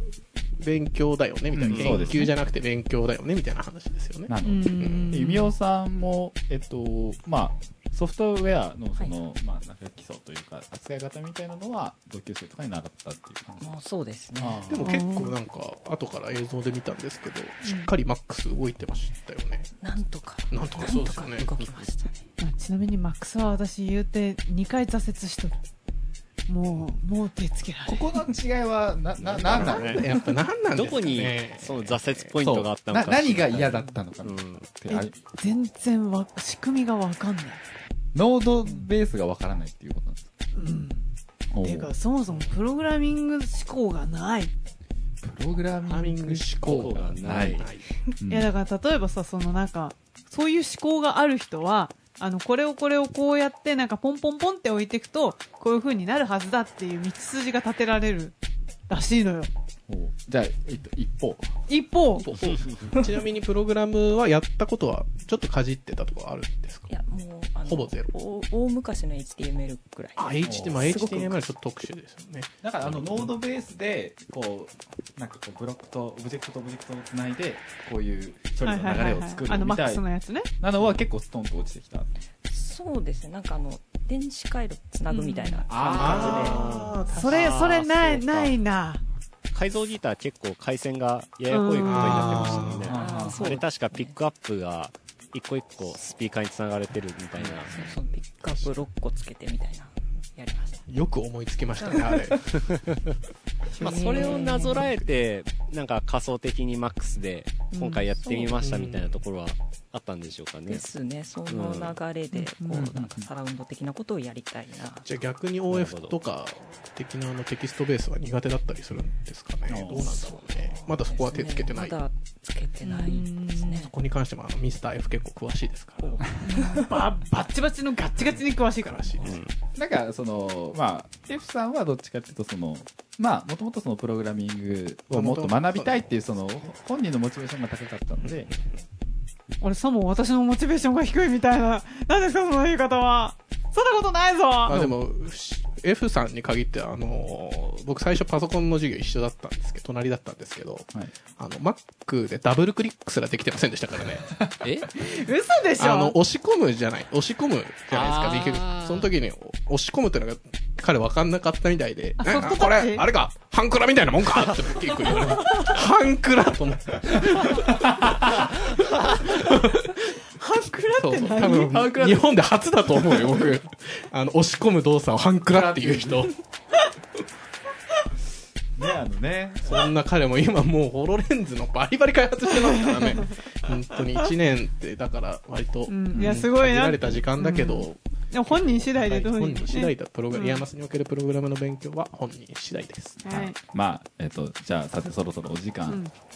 Speaker 2: 勉強だよねみたいな、
Speaker 5: うん
Speaker 1: そうで
Speaker 2: 研
Speaker 1: すね
Speaker 2: 究じゃなくて勉強だよねみたいな話ですよね。
Speaker 1: な
Speaker 3: う
Speaker 1: ので、
Speaker 3: ん
Speaker 1: で弓尾さんも、えっと、まあ、ソフトウェアのその、まあ、なんか基礎というか、扱い方みたいなのは、同級生とかに習ったっていう感じ。
Speaker 4: まあそうですね
Speaker 1: あ
Speaker 2: でも結構なんか後から映像で見たんですけど、しっかりマックス動いてましたよね。
Speaker 4: なんとか
Speaker 2: なんとかそうですよね
Speaker 4: なんとか動きましたね
Speaker 3: まあちなみにマックスは私言うて2回挫折しとるもうもう手つけられん
Speaker 1: ここの違いは、な、な、なんだろうね。
Speaker 2: やっぱ何なんで
Speaker 5: ど
Speaker 2: す
Speaker 5: こ
Speaker 2: か
Speaker 5: に
Speaker 2: ね。
Speaker 5: その挫折ポイントがあったの
Speaker 1: な
Speaker 5: か。
Speaker 1: 何が嫌だったのか
Speaker 5: う
Speaker 1: っ
Speaker 5: ん。
Speaker 1: てあれ
Speaker 3: 全然わ仕組みがわかんない
Speaker 1: ノードベースがわからないっていうことなんですか
Speaker 3: うん
Speaker 1: おう
Speaker 3: ていうかそもそもプログラミング思考がない、
Speaker 1: プログラ
Speaker 2: ターミング思考がない。
Speaker 1: うん
Speaker 3: いやだから例えばさそのなんかそういう思考がある人はあのこれをこれをこうやってなんかポンポンポンって置いていくとこういう風になるはずだっていう道筋が立てられるらしいのよ
Speaker 1: おうじゃあ、えっと一方。
Speaker 3: 一方
Speaker 2: ちなみにプログラムはやったことはちょっとかじってたとかあるんですか
Speaker 4: いやもうあの
Speaker 2: ほぼゼロ
Speaker 4: お大昔の HTML くらい
Speaker 2: あ、HTML、HTML ちょっと特殊ですよね。
Speaker 1: だからあのノードベースでこうなんかこうブロックとオブジェクトとオブジェクトをつないでこういう処理の流れを作
Speaker 3: あ
Speaker 1: る
Speaker 3: のマ
Speaker 1: み
Speaker 3: ッ
Speaker 1: た
Speaker 3: ク
Speaker 1: い
Speaker 3: スのやつね
Speaker 1: なのは結構ストンと落ちてきた。
Speaker 4: そうですねなんかあの電子回路つなぐみたいな感じで、
Speaker 1: あ
Speaker 2: あー
Speaker 3: それそれな
Speaker 5: あー
Speaker 3: い
Speaker 5: そうか
Speaker 3: ないな
Speaker 5: 改造ギター結確か回線がややこいことになってましたよね。
Speaker 1: あー
Speaker 4: そ
Speaker 5: あ
Speaker 4: う
Speaker 5: れ確かピックアップが一個一個スピーカーに繋がれてるみたいな。
Speaker 4: そうそうピックアップ6個つけてみたいなやりました
Speaker 2: よく思いつきました ね、あれ。
Speaker 5: まあ、それをなぞらえて、なんか仮想的にマックスで今回やってみましたみたいなところはあったんでしょうかね
Speaker 4: で。すねその流れでこうなんかサラウンド的なことをやりたいな
Speaker 2: じゃあ逆に
Speaker 5: なるほ
Speaker 2: OF
Speaker 5: ど
Speaker 2: とか的なあのテキストベースは苦手だったりするんですかね
Speaker 1: あ
Speaker 2: どう
Speaker 1: ー
Speaker 2: なんだろうねまだそこは手つけてない、
Speaker 4: まだつけてないですね
Speaker 2: そこに関してもあのミスター F 結構詳しいですから
Speaker 3: ババッチバチのガッチガチに 詳しいから
Speaker 2: 詳しいです、
Speaker 1: なんかそのまあ F さんはどっちかっていうとそのまあもともとそのプログラミングをもっと学びたいっていうその本人のモチベーションが高かったので
Speaker 3: 俺さも私のモチベーションが低いみたいな何ですかその言い方はそんなことない
Speaker 2: あ
Speaker 3: ぞ
Speaker 2: でも F さんに限ってあの僕最初パソコンの授業一緒だったんですけど隣だったんですけど
Speaker 1: はい
Speaker 2: あの Mac でダブルクリックすらできてませんでしたからね
Speaker 5: え
Speaker 3: 嘘でしょ
Speaker 2: あの押し込むじゃない押し込むじゃないですか結
Speaker 5: あー
Speaker 2: 局その時に押し込むっていうのが彼分かんなかったみたいで
Speaker 3: あ
Speaker 2: な
Speaker 3: ソ
Speaker 2: んか
Speaker 3: フトタ
Speaker 2: こ
Speaker 3: ッチ
Speaker 2: れあれか半クラみたいなもんかって結構言われて半クラと思って
Speaker 3: 半クラ
Speaker 2: そ
Speaker 3: っ
Speaker 2: う
Speaker 3: て
Speaker 2: そう
Speaker 3: ない
Speaker 2: 多
Speaker 1: 半クラ
Speaker 2: 分日本で初だと思うよ僕あの押し込む動作を半クラっていう人
Speaker 1: ねあのね
Speaker 2: そんな彼も今もうホロレンズのバリバリ開発してますからね本当に1年ってだから割と、
Speaker 3: うんいやすごいな
Speaker 2: 限られた時間だけど、
Speaker 3: でも本人次第でどうにか
Speaker 2: 本
Speaker 3: ね
Speaker 2: 人次第だプログラ
Speaker 3: うん
Speaker 2: イヤマスにおけるプログラムの勉強は本人次第です
Speaker 3: はい
Speaker 1: まあ、えっと、じゃあ、さて、そろそろお時
Speaker 3: うん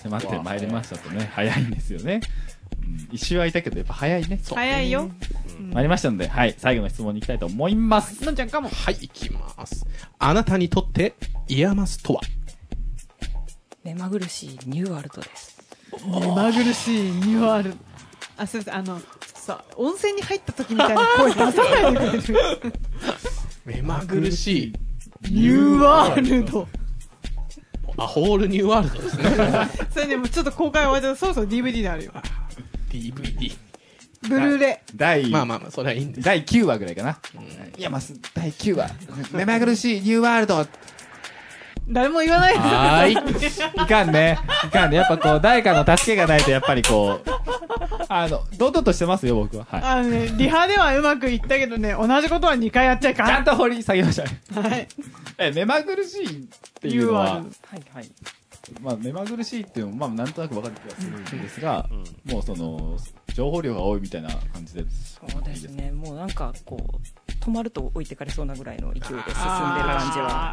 Speaker 1: 間迫ってまいりましたとね、早いんですよね。うん一周空いたけど、やっぱ早いね。
Speaker 3: 早いよ
Speaker 1: 参りましたので、はい、最後の質問に行きたいと思います。
Speaker 3: のんちゃんかも
Speaker 2: はいいきますあなたにとってイヤマスとは
Speaker 4: 目まぐるしいニューワールドです
Speaker 3: 目まぐるしいニューアルあすいませんあのさ温泉に入った時みたいな声出さないでくれる
Speaker 2: 目まぐるしい
Speaker 3: ニューワールド
Speaker 2: アホールニューワールドです ね
Speaker 3: それねもうちょっと公開終わっちゃうそろそろ DVD であるよ
Speaker 2: DVD
Speaker 3: ブルーレ
Speaker 1: 第、
Speaker 2: まあまあまあそれはいいんです
Speaker 1: 第9話ぐらいかな。いや、まあ、す第9話。目まぐるしいニューワールド。
Speaker 3: 誰も言わないです。
Speaker 1: はーい。いかんね。いかんね。やっぱこう、誰かの助けがないと、やっぱりこう、あの、堂々としてますよ、僕は。はい。
Speaker 3: あのね、リハではうまくいったけどね、同じことは2回やっちゃい
Speaker 1: ちゃ
Speaker 3: か
Speaker 1: ん
Speaker 3: ん。
Speaker 1: と掘り下げましたね。
Speaker 3: はい。
Speaker 1: え、目まぐるしいっていうのは、
Speaker 4: はいはい。
Speaker 1: まあ、目まぐるしいっていうのも、まあ、なんとなくわかる気がするんですが、もうその、情報量が多いみたいな感じです。
Speaker 4: そうです
Speaker 1: いい
Speaker 4: ね。もうなんかこう、止まると置いてかれそうなぐらいの勢いで進んでる感じ
Speaker 3: あ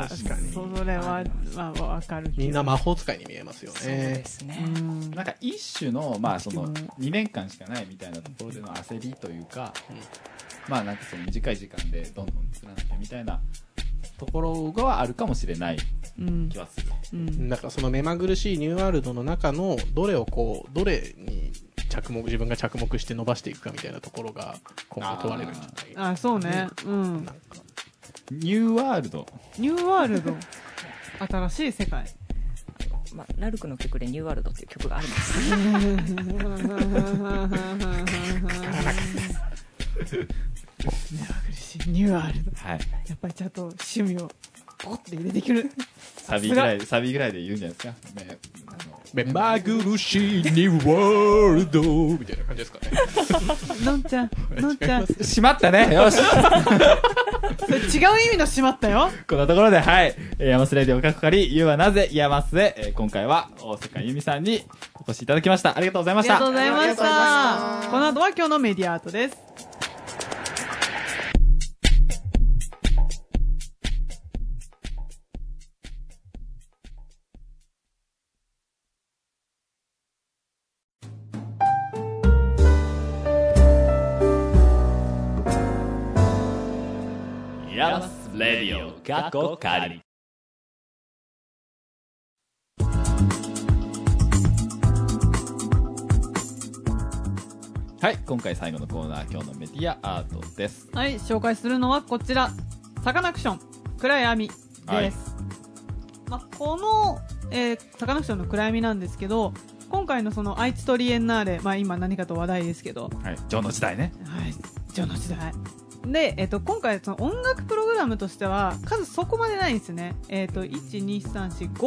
Speaker 4: は。
Speaker 3: ーそれは、まあ、わかるけど
Speaker 2: みんな魔法使いに見えますよ
Speaker 4: そう
Speaker 2: ね
Speaker 4: で。す
Speaker 3: う
Speaker 4: ね。
Speaker 3: ん
Speaker 1: なんか一種の、まあ、その
Speaker 3: うん
Speaker 1: 2年間しかないみたいなところでの焦りというか、まあなんかその短い時間でどんどん作らなきゃみたいなところがあるかもしれない
Speaker 3: うん
Speaker 1: 気はする。
Speaker 3: うん
Speaker 2: なんかその目まぐるしいニューワールドの中のどれをこう、どれに着目、自分が着目して伸ばしていくかみたいなところが今後問われるんじゃない
Speaker 3: あそうね、うん
Speaker 2: なん、か
Speaker 1: ニューワールド。
Speaker 3: ニューワールド新しい世界
Speaker 4: まあ、ラルクの曲でニューワールドっていう曲があるんです。
Speaker 3: しいニューワールド
Speaker 1: はい。
Speaker 3: やっぱりちゃんと趣味をポッて入れてくる
Speaker 1: サビぐらい、サビぐらいで言うんじゃないですか。ね、あの
Speaker 2: 目まぐるしいニューワールドみたいな感じですかね。
Speaker 3: のんちゃんのんちゃんそ
Speaker 1: しまったね。よし。
Speaker 3: れ違う意味のしまったよ
Speaker 1: こんなところで、はい。えー、ヤマスレディオかっこかり、ゆうはなぜ、イヤマスで、えー今回は大阪由美さんにお越しいただきました。ありがとうござい
Speaker 3: あ
Speaker 1: ま
Speaker 3: り
Speaker 1: し
Speaker 3: が
Speaker 1: た
Speaker 3: とう。ございました
Speaker 2: ありがとうございました
Speaker 3: この後は今日のメディアアートです
Speaker 1: ヤマスレディオかっこかり。はい、今回最後のコーナー、今日のメディアアートです。
Speaker 3: はい紹介するのはこちらサカナクション暗闇です、
Speaker 1: はい
Speaker 3: まあ、この、えーサカナクションの暗闇なんですけど今回のその愛知トリエンナーレ、まあ、今何かと話題ですけど、
Speaker 1: はい、情の時代ね。
Speaker 3: はい、女の時代で、えっと今回その音楽プログラムとしては数そこまでないんですね、えっと12345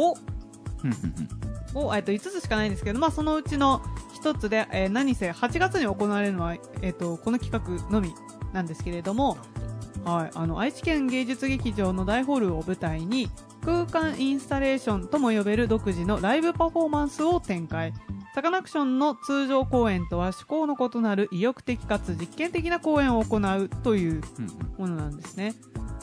Speaker 3: を、えっと5つしかないんですけど、まあ、そのうちの1つで、えー何せ8月に行われるのは、えっとこの企画のみなんですけれども、はい、あの愛知県芸術劇場の大ホールを舞台に空間インスタレーションとも呼べる独自のライブパフォーマンスを展開サカナクションの通常公演とは趣向の異なる意欲的かつ実験的な公演を行うというものなんですね。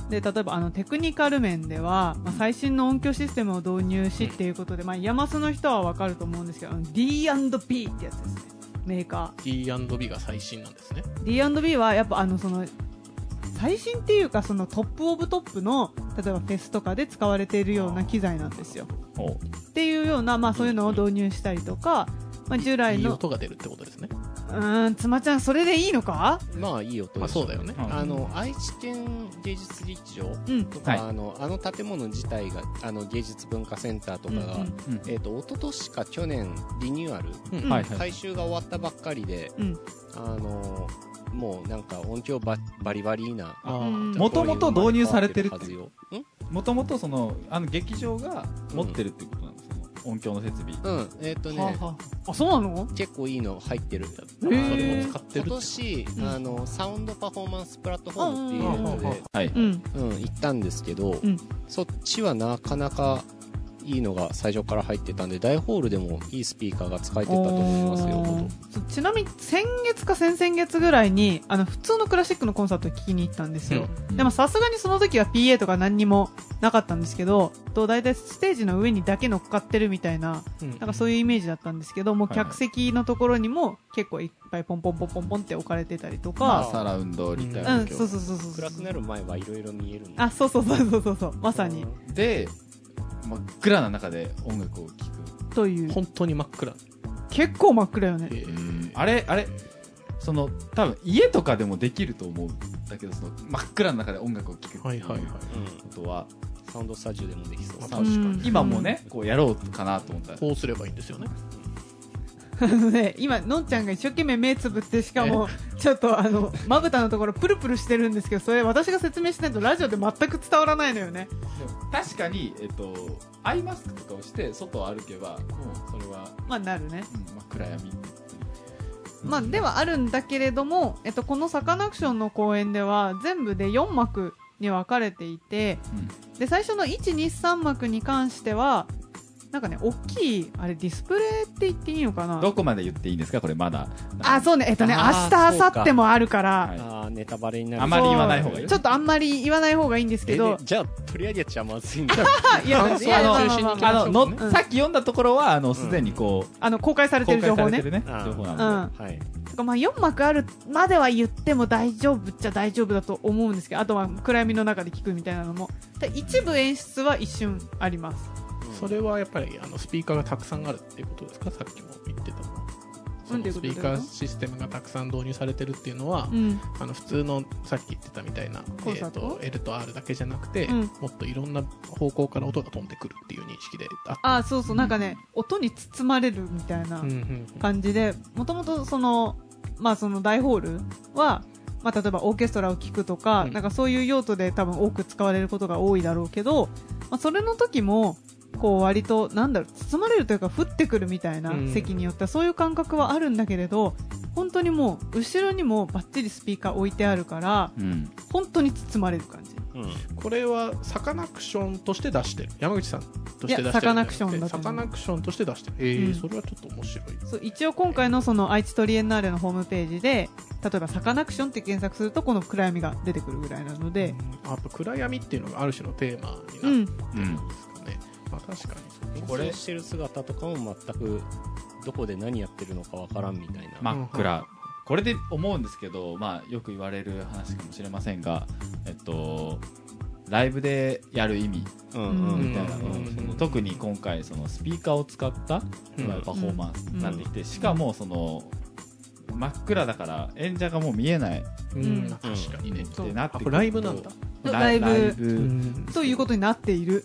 Speaker 3: で例えばあのテクニカル面では、まあ、最新の音響システムを導入しっていうことで、まあ、山須の人は分かると思うんですけどあの D&P ってやつですねメーカ
Speaker 2: D&B が最新なんですね。
Speaker 3: ー D&B はやっぱあのその最新っていうかそのトップオブトップの例えばフェスとかで使われているような機材なんですよ
Speaker 1: ほう
Speaker 3: っていうような、まあ、そういうのを導入したりとか、まあ、従来
Speaker 2: いい
Speaker 3: の
Speaker 2: 音が出るってことですね。
Speaker 3: うーん妻ちゃんそれでいいのか
Speaker 5: まあいい音でしょ
Speaker 2: まあそうだよね。
Speaker 1: うん
Speaker 5: あの愛知県芸術劇場
Speaker 3: うん
Speaker 5: とか、
Speaker 1: はい
Speaker 5: あのあの建物自体があの芸術文化センターとかが、
Speaker 3: うん
Speaker 1: う
Speaker 3: うん
Speaker 1: ん
Speaker 5: えっと一昨年か去年リニューアル、
Speaker 3: うん
Speaker 1: はいはい。
Speaker 5: 改修が終わったばっかりで、
Speaker 3: うん
Speaker 5: あのもうなんか音響ババリバリな
Speaker 2: あ
Speaker 3: う
Speaker 2: ー
Speaker 3: ん
Speaker 2: じゃ
Speaker 1: もともと導入されてる
Speaker 5: は
Speaker 1: って
Speaker 5: ず
Speaker 1: いう
Speaker 5: よん
Speaker 1: もともとその、あの劇場が持ってるっていうことなんですよ。その音響の設備。
Speaker 5: うんえっ、とね、
Speaker 3: はあはああそうなの
Speaker 5: 結構いいの入ってる
Speaker 2: あそれを使ってる
Speaker 5: 今
Speaker 2: ってこと
Speaker 5: 年、
Speaker 3: うん
Speaker 5: あのサウンドパフォーマンスプラットフォームっていうやつで、
Speaker 1: はい。
Speaker 3: うん
Speaker 5: うん、行ったんですけど、
Speaker 3: ん
Speaker 5: そっちはなかなかいいのが最初から入ってたんで大ホールでもいいスピーカーが使えてたと思いますよ
Speaker 3: そうちなみに先月か先々月ぐらいにあの普通のクラシックのコンサートを聞きに行ったんですよ、
Speaker 1: うん
Speaker 3: でもさすがにその時は PA とか何にもなかったんですけどと大体ステージの上にだけ乗っかってるみたいな
Speaker 2: うん
Speaker 3: なんかそういうイメージだったんですけどもう
Speaker 1: はいはい
Speaker 3: 客席のところにも結構いっぱいポンポンポンポンポンって置かれてたりと
Speaker 1: まあ、
Speaker 3: か、
Speaker 1: サラウンドリタ
Speaker 2: ま
Speaker 1: ー
Speaker 2: あ
Speaker 1: ン。
Speaker 3: うんそうそうそうそう
Speaker 5: 暗くなる前はいろいろ見えるんで
Speaker 3: あそうそうそうそうそうそうまさに
Speaker 1: で、真っ暗な中で音楽を聴く。
Speaker 3: という
Speaker 2: 本当に真っ暗。
Speaker 3: 結構真っ暗よね
Speaker 2: えー
Speaker 1: あれ、あれ、その、多分家とかでもできると思うんだけど、その、真っ暗の中で音楽を聴くって
Speaker 2: はいいうはいはい。
Speaker 5: う
Speaker 1: ことは、
Speaker 5: ん、サウンドスタジオでもできそう
Speaker 2: まあ
Speaker 5: さ
Speaker 2: 確かに
Speaker 3: うん
Speaker 1: 今もね、こうやろうかなと思ったら、
Speaker 2: こうすればいいんですよね。
Speaker 3: あのね、今、のんちゃんが一生懸命目つぶって、しかも、ちょっとあの、まぶたのところプルプルしてるんですけど、それ私が説明しないとラジオで全く伝わらないのよね。
Speaker 6: 確かに、えっと、アイマスクとかをして、外を歩けば、もう、それは、
Speaker 3: まあ、なるね。
Speaker 6: うん、まあ、暗闇。
Speaker 3: まあ、ではあるんだけれども、えっと、このサカナクションの公演では、全部で4幕に分かれていて、で、最初の1、2、3幕に関しては、なんかね、大きい、あれ、ディスプレイって言っていいのかな
Speaker 1: どこまで言っていいんですかこれまだ。
Speaker 3: あ、そうね、えっとね、明
Speaker 5: あー
Speaker 3: 日、明
Speaker 5: そうか
Speaker 3: 後日もあるから、
Speaker 1: はい
Speaker 5: あーネタバレになる
Speaker 1: あまり言わない方がいい。
Speaker 3: ちょっとあんまり言わない方がいいんですけ
Speaker 5: え
Speaker 3: ど
Speaker 5: で、じゃあとりあえずやっちゃまずいんだ
Speaker 3: あいや、
Speaker 1: 感想
Speaker 3: いや
Speaker 1: の
Speaker 3: まあ
Speaker 1: 中
Speaker 3: まあ
Speaker 5: 心に
Speaker 3: まあまあ
Speaker 1: あの、の、
Speaker 3: うん
Speaker 1: さっき読んだところは、あの、すでにこう、
Speaker 3: あの、公開されて
Speaker 1: 公開
Speaker 3: る情
Speaker 1: さ
Speaker 3: 報
Speaker 1: れて
Speaker 3: ね。
Speaker 1: る
Speaker 5: あ
Speaker 1: ね。
Speaker 5: ー
Speaker 1: 情報
Speaker 3: う。
Speaker 1: なんので。
Speaker 3: ま
Speaker 5: はい
Speaker 3: あ、4幕あるまでは言っても大丈夫っちゃ大丈夫だと思うんですけど、あとは暗闇の中で聞くみたいなのも。で一部演出は一瞬あります。
Speaker 2: それはやっぱりあのスピーカーがたくさんあるっていうことですかさっきも言ってたのはそ
Speaker 3: なん
Speaker 2: の
Speaker 3: ていう
Speaker 2: ス
Speaker 3: こと
Speaker 2: ピ
Speaker 3: で
Speaker 2: ー
Speaker 3: す
Speaker 2: カ
Speaker 3: か
Speaker 2: ーシステムがたくさん導入されてるっていうのは、
Speaker 3: うん。
Speaker 2: あの普通のさっき言ってたみたいな、え
Speaker 3: コンサー
Speaker 2: ー、
Speaker 3: ト
Speaker 2: と L と R だけじゃなくて、
Speaker 3: うん
Speaker 2: もっといろんな方向から音が飛んでくるっていう認識であっ
Speaker 3: あ、そうそう、なんかね、音に包まれるみたいな
Speaker 2: うんうん
Speaker 3: 感じで、もともとその、まあその大ホールは、まあ例えばオーケストラを聴くとか、
Speaker 2: うん
Speaker 3: なんかそういう用途で多分多く使われることが多いだろうけど、まあそれの時も、こう割と、なんだろう、包まれるというか降ってくるみたいな
Speaker 2: うん
Speaker 3: 席によってはそういう感覚はあるんだけれど、本当にもう後ろにもバッチリスピーカー置いてあるから、
Speaker 1: うん。
Speaker 3: 本当に包まれる感じ。
Speaker 5: うん
Speaker 2: これはサカナクションとして出してる山口さんとして出してるんじゃなくて
Speaker 3: いやサカナクションだと
Speaker 2: サ
Speaker 3: 思う
Speaker 2: カナクションとして出してるえー
Speaker 3: うん
Speaker 2: それはちょっと面白い
Speaker 3: そう一応今回のその愛知トリエンナーレのホームページで、例えばサカナクションって検索するとこの暗闇が出てくるぐらいなので、
Speaker 2: うんあと暗闇っていうのがある種のテーマ
Speaker 3: う
Speaker 2: になっ
Speaker 3: ん、
Speaker 2: てるんですかね、まあ、確かにそうですね
Speaker 5: これしてる姿とかも全くどこで何やってるのかわからんみたいな、
Speaker 1: 真っ暗。これで思うんですけど、まあ、よく言われる話かもしれませんが、えっと、ライブでやる意味
Speaker 5: うん
Speaker 3: う
Speaker 5: うんん
Speaker 1: みたいなのを
Speaker 2: うん
Speaker 1: その特に今回そのスピーカーを使った
Speaker 2: うん
Speaker 1: まあパフォーマンスになってきてしかもその真っ暗だから演者がもう見えないっ
Speaker 2: うん
Speaker 3: うん
Speaker 2: 確かにね、
Speaker 3: そう
Speaker 1: てなって
Speaker 2: あ
Speaker 1: く
Speaker 2: こ
Speaker 1: る
Speaker 2: れライブなんだ
Speaker 1: と
Speaker 3: ライブ
Speaker 1: ライブ
Speaker 3: ということになっている。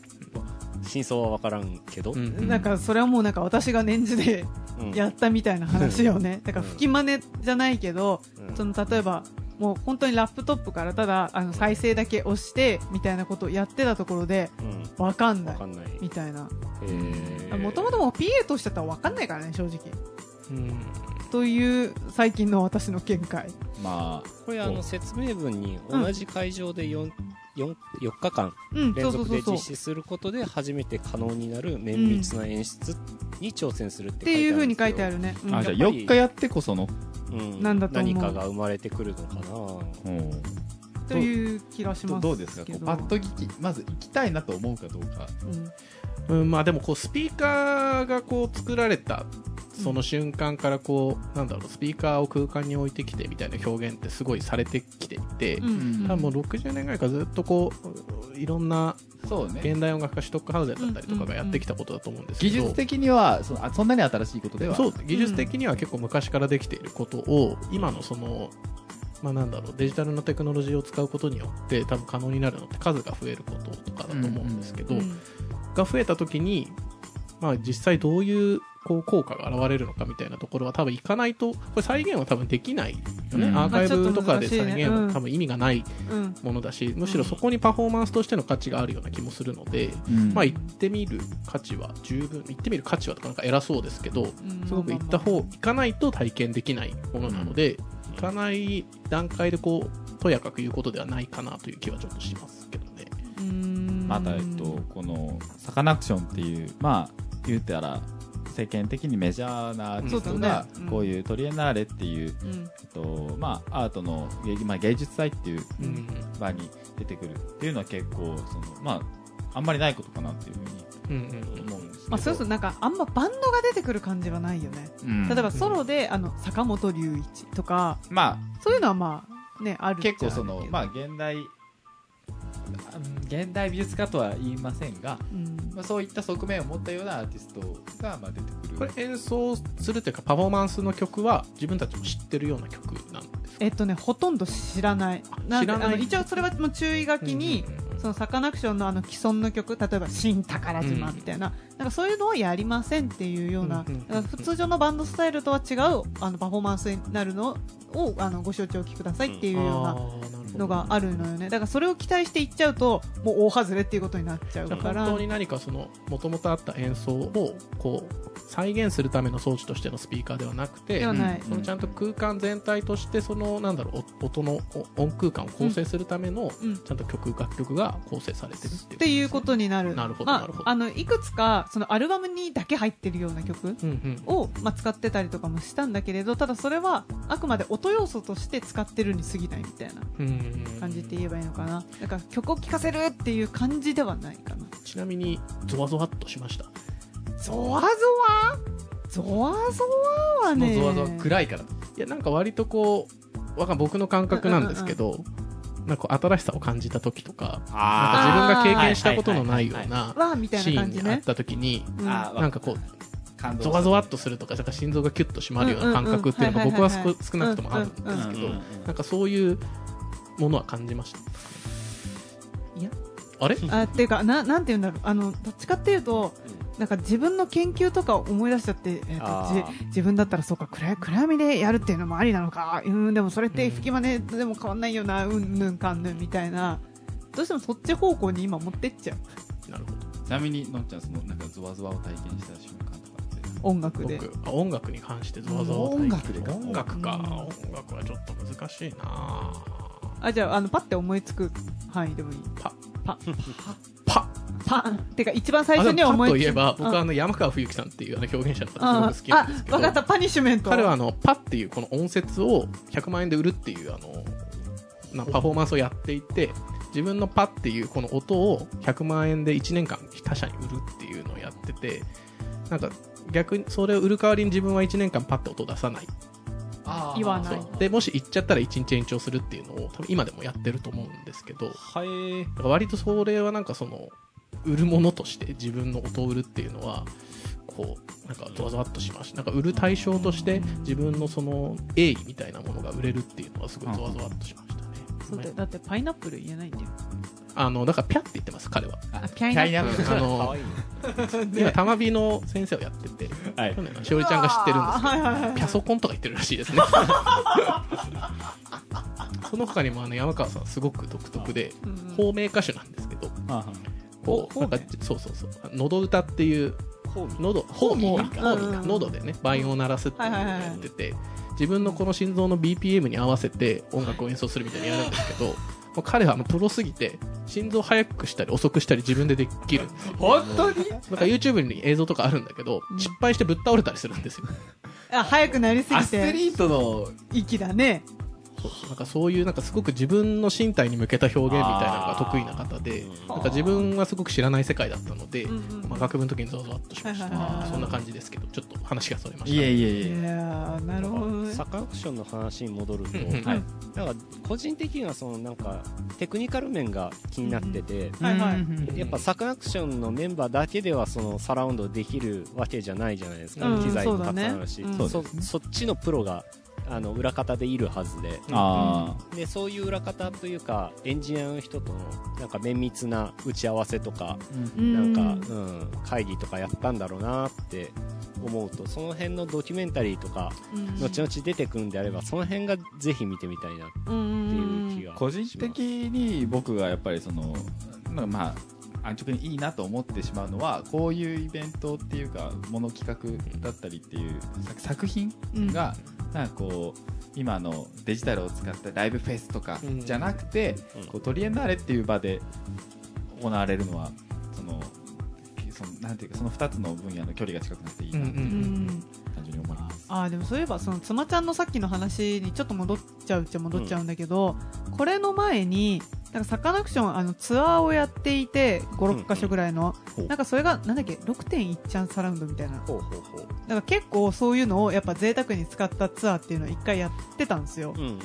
Speaker 5: 真相はわからんけど、
Speaker 2: うん
Speaker 3: なんかそれはもうなんか私が念じで
Speaker 5: うん
Speaker 3: やったみたいな話よね。だから吹き真似じゃないけど、
Speaker 5: うん
Speaker 3: その例えばもう本当にラップトップからただあの再生だけ押してみたいなことをやってたところで
Speaker 5: うん
Speaker 3: わかんな
Speaker 5: わ
Speaker 3: い
Speaker 5: かんない
Speaker 3: みたいな。
Speaker 5: えー
Speaker 3: もともともう PA としてたらわかんないからね、正直。
Speaker 2: うん
Speaker 3: という最近の私の見解。
Speaker 1: まあ
Speaker 5: これあの説明文に同じ会場で 4, 4, 4日間
Speaker 3: うん、そ
Speaker 5: 連
Speaker 3: うそ
Speaker 5: 続
Speaker 3: うそ
Speaker 5: で
Speaker 3: うそう。
Speaker 5: 実
Speaker 3: っ
Speaker 5: 施することで初めて可能になる綿密な演出に挑戦するって書いてあるんですよ
Speaker 3: ていう風に書いてあるね。うん
Speaker 1: あじゃあ4日やってこその
Speaker 5: うん
Speaker 3: なんだと思う
Speaker 5: 何かが生まれてくるのかな
Speaker 1: うん
Speaker 3: という気がしますけど。
Speaker 1: どうですかこうパッと聞きまず行きたいなと思うかどうか
Speaker 3: うん
Speaker 2: うん、まあでもこうスピーカーがこう作られたその瞬間からこうなんだろうスピーカーを空間に置いてきてみたいな表現ってすごいされてきていて、
Speaker 3: うんうん
Speaker 2: 多分もう60年ぐらいからずっとこういろんな
Speaker 1: そうね
Speaker 2: 現代音楽家シュトックハウゼンだったりとかがやってきたことだと思うんですけ
Speaker 1: 技
Speaker 2: ど、
Speaker 1: 術的にはそのあそんなに新しいことでは
Speaker 2: そう技術的には結構昔からできていることを今のその、まあ、なんだろうデジタルのテクノロジーを使うことによって多分可能になるのって数が増えることとかだと思うんですけど、
Speaker 3: うん
Speaker 2: が増えた時に、まあ、実際どういうこう効果が現れるのかみたいなところは多分いかないとこれ再現は多分できないよね、
Speaker 1: うん
Speaker 2: アーカイブと
Speaker 3: ま
Speaker 2: かで
Speaker 3: あちょっと難しい
Speaker 2: 再
Speaker 3: ね
Speaker 2: 現
Speaker 3: うん
Speaker 2: は多分意味がない
Speaker 3: うん
Speaker 2: ものだし、むしろそこにパフォーマンスとしての価値があるような気もするので、
Speaker 1: うん
Speaker 2: まあ行ってみる価値は十分行ってみる価値はとかなんか偉そうですけど
Speaker 3: ん
Speaker 2: すごく行った方行かないと体験できないものなので行かない段階でこうとやかく言うことではないかなという気はちょっとしますけどね。
Speaker 3: うん
Speaker 1: また、えっと、このサカナクションっていうまあ言うたら世間的にメジャーなアーティストが
Speaker 3: そうだねうん
Speaker 1: こういうトリエンナーレっていう、
Speaker 3: うん
Speaker 1: えっとまあ、アートの、芸まあ、芸術祭っていう
Speaker 3: うん
Speaker 1: 場に出てくるっていうのは結構その、まあ、あんまりないことかなっていうふう
Speaker 2: うんうん
Speaker 1: に思うんですけど、
Speaker 3: まあ、そうそうなんかあんまバンドが出てくる感じはないよね、
Speaker 1: うん
Speaker 3: 例えばソロであの坂本龍一とか
Speaker 1: ま
Speaker 3: そういうのはまあねあ
Speaker 1: あ、
Speaker 3: るっちゃ
Speaker 1: 結構そ
Speaker 3: ある
Speaker 1: の、
Speaker 3: けど
Speaker 1: まあ、現代あうん現代美術家とは言いませんが、
Speaker 3: うん
Speaker 1: まあ、そういった側面を持ったようなアーティストがまあ出てくる
Speaker 2: これ演奏するというかパフォーマンスの曲は自分たちも知ってるような曲なんです
Speaker 3: えっとねほとんど知らないんで
Speaker 2: 知らない
Speaker 3: あの一応それはもう注意書きに、
Speaker 2: うんうんうん
Speaker 3: そのサカナクションのあの既存の曲例えば「新宝島」みたいな,、なんかそういうのをやりませんっていうような,、
Speaker 2: うんうん
Speaker 3: なんか普通のバンドスタイルとは違うあのパフォーマンスになるのをあのご承知おきくださいっていうようなのがあるのよねだからそれを期待していっちゃうともう大外れっていうことになっちゃう
Speaker 2: じゃ
Speaker 3: か
Speaker 2: あ
Speaker 3: ら
Speaker 2: 本当に何かそのもともとあった演奏をこう再現するための装置としてのスピーカーではなくて
Speaker 3: ではない、
Speaker 2: そのちゃんと空間全体としてそのなんだろうお音のお音空間を構成するための
Speaker 3: うん
Speaker 2: ちゃんと曲楽曲が構成されてるっていう
Speaker 3: っていうことになる
Speaker 2: なるほどな
Speaker 3: ま
Speaker 2: るほど
Speaker 3: あ、あのいくつかそのアルバムにだけ入ってるような曲
Speaker 2: うんうん
Speaker 3: を、まあ、使ってたりとかもしたんだけれどただそれはあくまで音要素として使ってるに過ぎないみたいな
Speaker 2: うんうんうん
Speaker 3: 感じって言えばいいのかなだから曲を聴かせるっていう感じではないかな
Speaker 2: ちなみにゾワゾワっとしました
Speaker 3: ゾワゾワゾワゾワはね
Speaker 7: ゾワゾワ暗いから
Speaker 2: いやなんか割とこうわかん僕の感覚なんですけど、なんかこう新しさを感じた時とか
Speaker 1: あ
Speaker 2: なんか自分が経験した
Speaker 1: あー
Speaker 2: ことのないような
Speaker 3: わみた
Speaker 2: シ
Speaker 3: いな
Speaker 2: ーン
Speaker 3: 感じ
Speaker 2: にあっ
Speaker 3: ね
Speaker 2: た時に、
Speaker 1: ー
Speaker 3: うん
Speaker 1: あー、
Speaker 2: なんかこう
Speaker 1: 感動
Speaker 2: ゾワゾワっとするとかなんか心臓がキュッと締まるような感覚っていうのが
Speaker 3: うんうん
Speaker 2: 僕
Speaker 3: うん
Speaker 2: は
Speaker 3: はいはいはい
Speaker 2: 少少なくともあるんで
Speaker 3: うん
Speaker 2: す
Speaker 1: うん
Speaker 2: け
Speaker 1: う
Speaker 2: ど
Speaker 1: んうん
Speaker 2: なんかそういうものは感じました
Speaker 3: いや
Speaker 2: あれ
Speaker 3: あっていうかななんて言うんだろうあのどっちかっていうと、なんか自分の研究とかを思い出しちゃって、えーと
Speaker 5: あー
Speaker 3: じ自分だったらそうか暗い暗闇でやるっていうのもありなのかうんでもそれって吹き真似でも変わんないよなうんぬんかんぬんみたいなどうしてもそっち方向に今持ってっちゃう
Speaker 2: なるほど
Speaker 6: ちなみに、のんちゃん、その、なんか、ゾワゾワを体験した瞬間とかって。
Speaker 3: 音楽で
Speaker 2: 僕あ音楽に関してゾワゾワを体験
Speaker 6: 音楽でか
Speaker 2: 音楽か
Speaker 3: うん
Speaker 2: 音楽はちょっと難しいな
Speaker 3: あじゃああのパッて思いつく範囲でもいい
Speaker 2: パ
Speaker 3: パ
Speaker 2: パ
Speaker 3: パンってか一番最
Speaker 2: あ
Speaker 3: 初に
Speaker 2: でもパ
Speaker 3: 思
Speaker 2: ッ
Speaker 3: い
Speaker 2: と
Speaker 3: つく
Speaker 2: 言えば
Speaker 3: うん
Speaker 2: 僕はあの山川冬樹さんっていうあの表現者の方
Speaker 3: あ
Speaker 2: がすごく好きなんですけど
Speaker 3: 分かったパニッシュメント
Speaker 2: 彼はあのパっていうこの音節を100万円で売るっていうあのなパフォーマンスをやっていて自分のパっていうこの音を100万円で1年間他社に売るっていうのをやっててなんか逆にそれを売る代わりに自分は1年間パって音を出さない
Speaker 6: あ
Speaker 3: 言わない
Speaker 2: でもし行っちゃったら1日延長するっていうのを多分今でもやってると思うんですけど
Speaker 7: はえ
Speaker 2: だから割とそれはなんかその売るものとして自分の音を売るっていうのはこうなんかドワドワっとしましたなんか売る対象として自分のその栄意みたいなものが売れるっていうのはすごいドワドワっとしましたね
Speaker 3: そうだよだってパイナップル言えないんだよ
Speaker 2: あのだからピャって言ってます彼は
Speaker 3: あピャイ
Speaker 1: キ
Speaker 3: ナ
Speaker 1: ャ
Speaker 3: ッ
Speaker 1: イ
Speaker 3: プ
Speaker 1: ナップル
Speaker 2: あの今玉美の先生をやってて
Speaker 1: はい
Speaker 2: 去年のしおりちゃんが知ってるんですけど
Speaker 3: はいはいはい
Speaker 2: ピャソコンとか言ってるらしいですね その他にもあの山川さんすごく独特で
Speaker 3: うん
Speaker 2: 方名歌手なんですけどこう
Speaker 3: ほうめ
Speaker 2: なんかそうそうそう喉歌っていう喉ホーミーか
Speaker 3: ホーミー
Speaker 2: ホーミーか
Speaker 3: うん
Speaker 2: 喉でね倍音を鳴らすっていうのをやってて自分のこの心臓の BPM に合わせて音楽を演奏するみたいにやるんですけどもう彼はあのプロすぎて心臓速くしたり遅くしたり自分でできるんですよ
Speaker 1: 本当に
Speaker 2: なんか YouTube に映像とかあるんだけど
Speaker 3: うん
Speaker 2: 失敗してぶっ倒れたりするんですよ
Speaker 3: あ早くなりすぎ
Speaker 1: アス
Speaker 3: て
Speaker 1: リートの
Speaker 3: 息だね
Speaker 2: そうそうなんかそういうなんかすごく自分の身体に向けた表現みたいなのが得意な方でなんか自分はすごく知らない世界だったので、
Speaker 3: うんうんうん
Speaker 2: まあ、学部の時にゾワゾワっとしました、
Speaker 3: はいはいはいはい
Speaker 2: そんな感じですけどちょっと話がそれました
Speaker 1: いえいえ
Speaker 3: い
Speaker 1: いえ
Speaker 3: やーなるほどね
Speaker 5: サカナクションの話に戻ると、
Speaker 2: うんうん
Speaker 1: はい
Speaker 5: なんか個人的にはそのなんかテクニカル面が気になってて、
Speaker 3: はいはい
Speaker 1: うん
Speaker 5: やっぱサカナクションのメンバーだけではそのサラウンドできるわけじゃないじゃないですか、
Speaker 3: うん
Speaker 5: 機材
Speaker 3: そ
Speaker 5: も
Speaker 3: うだ
Speaker 5: たく
Speaker 3: ね
Speaker 5: さんあるし、
Speaker 3: うん
Speaker 5: そそっちのプロがあの裏方でいるはずで
Speaker 1: あ
Speaker 5: でそういう裏方というかエンジニアの人とのなんか綿密な打ち合わせとか、なんか、うん、会議とかやったんだろうなって思うとその辺のドキュメンタリーとか後々出てくるんであればその辺がぜひ見てみたいなって
Speaker 3: 々
Speaker 5: いう気が
Speaker 1: 個人的に僕がやっぱりそのまあまあ安直にいいなと思ってしまうのはこういうイベントっていうかもの企画だったりっていう作作品がなんかこう今のデジタルを使ったライブフェスとか
Speaker 2: うん
Speaker 1: じゃなくて、
Speaker 5: うん
Speaker 1: こうトリエンナーレっていう場で行われるのはそのそのなんていうかその2つの分野の距離が近くなっていいなって
Speaker 2: うんうん
Speaker 1: 単純に思います。
Speaker 3: あーでもそういえばその妻ちゃんのさっきの話にちょっと戻っちゃうっちゃ戻っちゃうんだけど、これの前になんかサカナクションあのツアーをやっていて56か所ぐらいの、
Speaker 5: うんうん
Speaker 3: なんかそれがなんだっけ6.1チャンサラウンドみたいな
Speaker 5: ほうほうほう
Speaker 3: なんか結構そういうのをやっぱ贅沢に使ったツアーっていうのを1回やってたんですよ、
Speaker 5: うんうんうん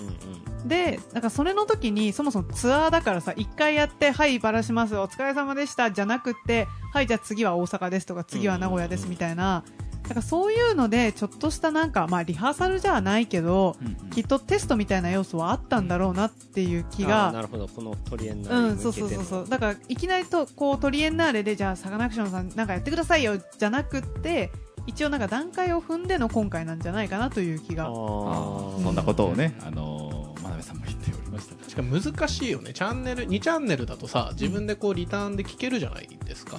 Speaker 3: でなんかそれの時にそもそもツアーだからさ1回やって「はいバラしますお疲れ様でした」じゃなくて「はいじゃあ次は大阪です」とか「次は名古屋です」みたいな、だからそういうので、ちょっとしたなんか、まあリハーサルじゃないけど、
Speaker 1: うんうん
Speaker 3: きっとテストみたいな要素はあったんだろうなっていう気
Speaker 5: あーな
Speaker 3: が、
Speaker 5: るほどこのトリエンナ
Speaker 3: う
Speaker 5: ーレに
Speaker 3: ん、
Speaker 5: 向
Speaker 3: そう
Speaker 5: け
Speaker 3: そう
Speaker 5: て
Speaker 3: そうそ
Speaker 5: の
Speaker 3: う。だから、いきなりと、こう、トリエンナーレで、じゃあ、サカナクションさんなんかやってくださいよ、じゃなくって、一応なんか段階を踏んでの今回なんじゃないかなという気が。
Speaker 1: あーそんなことをね、あのー、真鍋さんも言っておりました
Speaker 2: しかも難しいよねチャンネル2チャンネルだとさ自分でこうリターンで聞けるじゃないですか、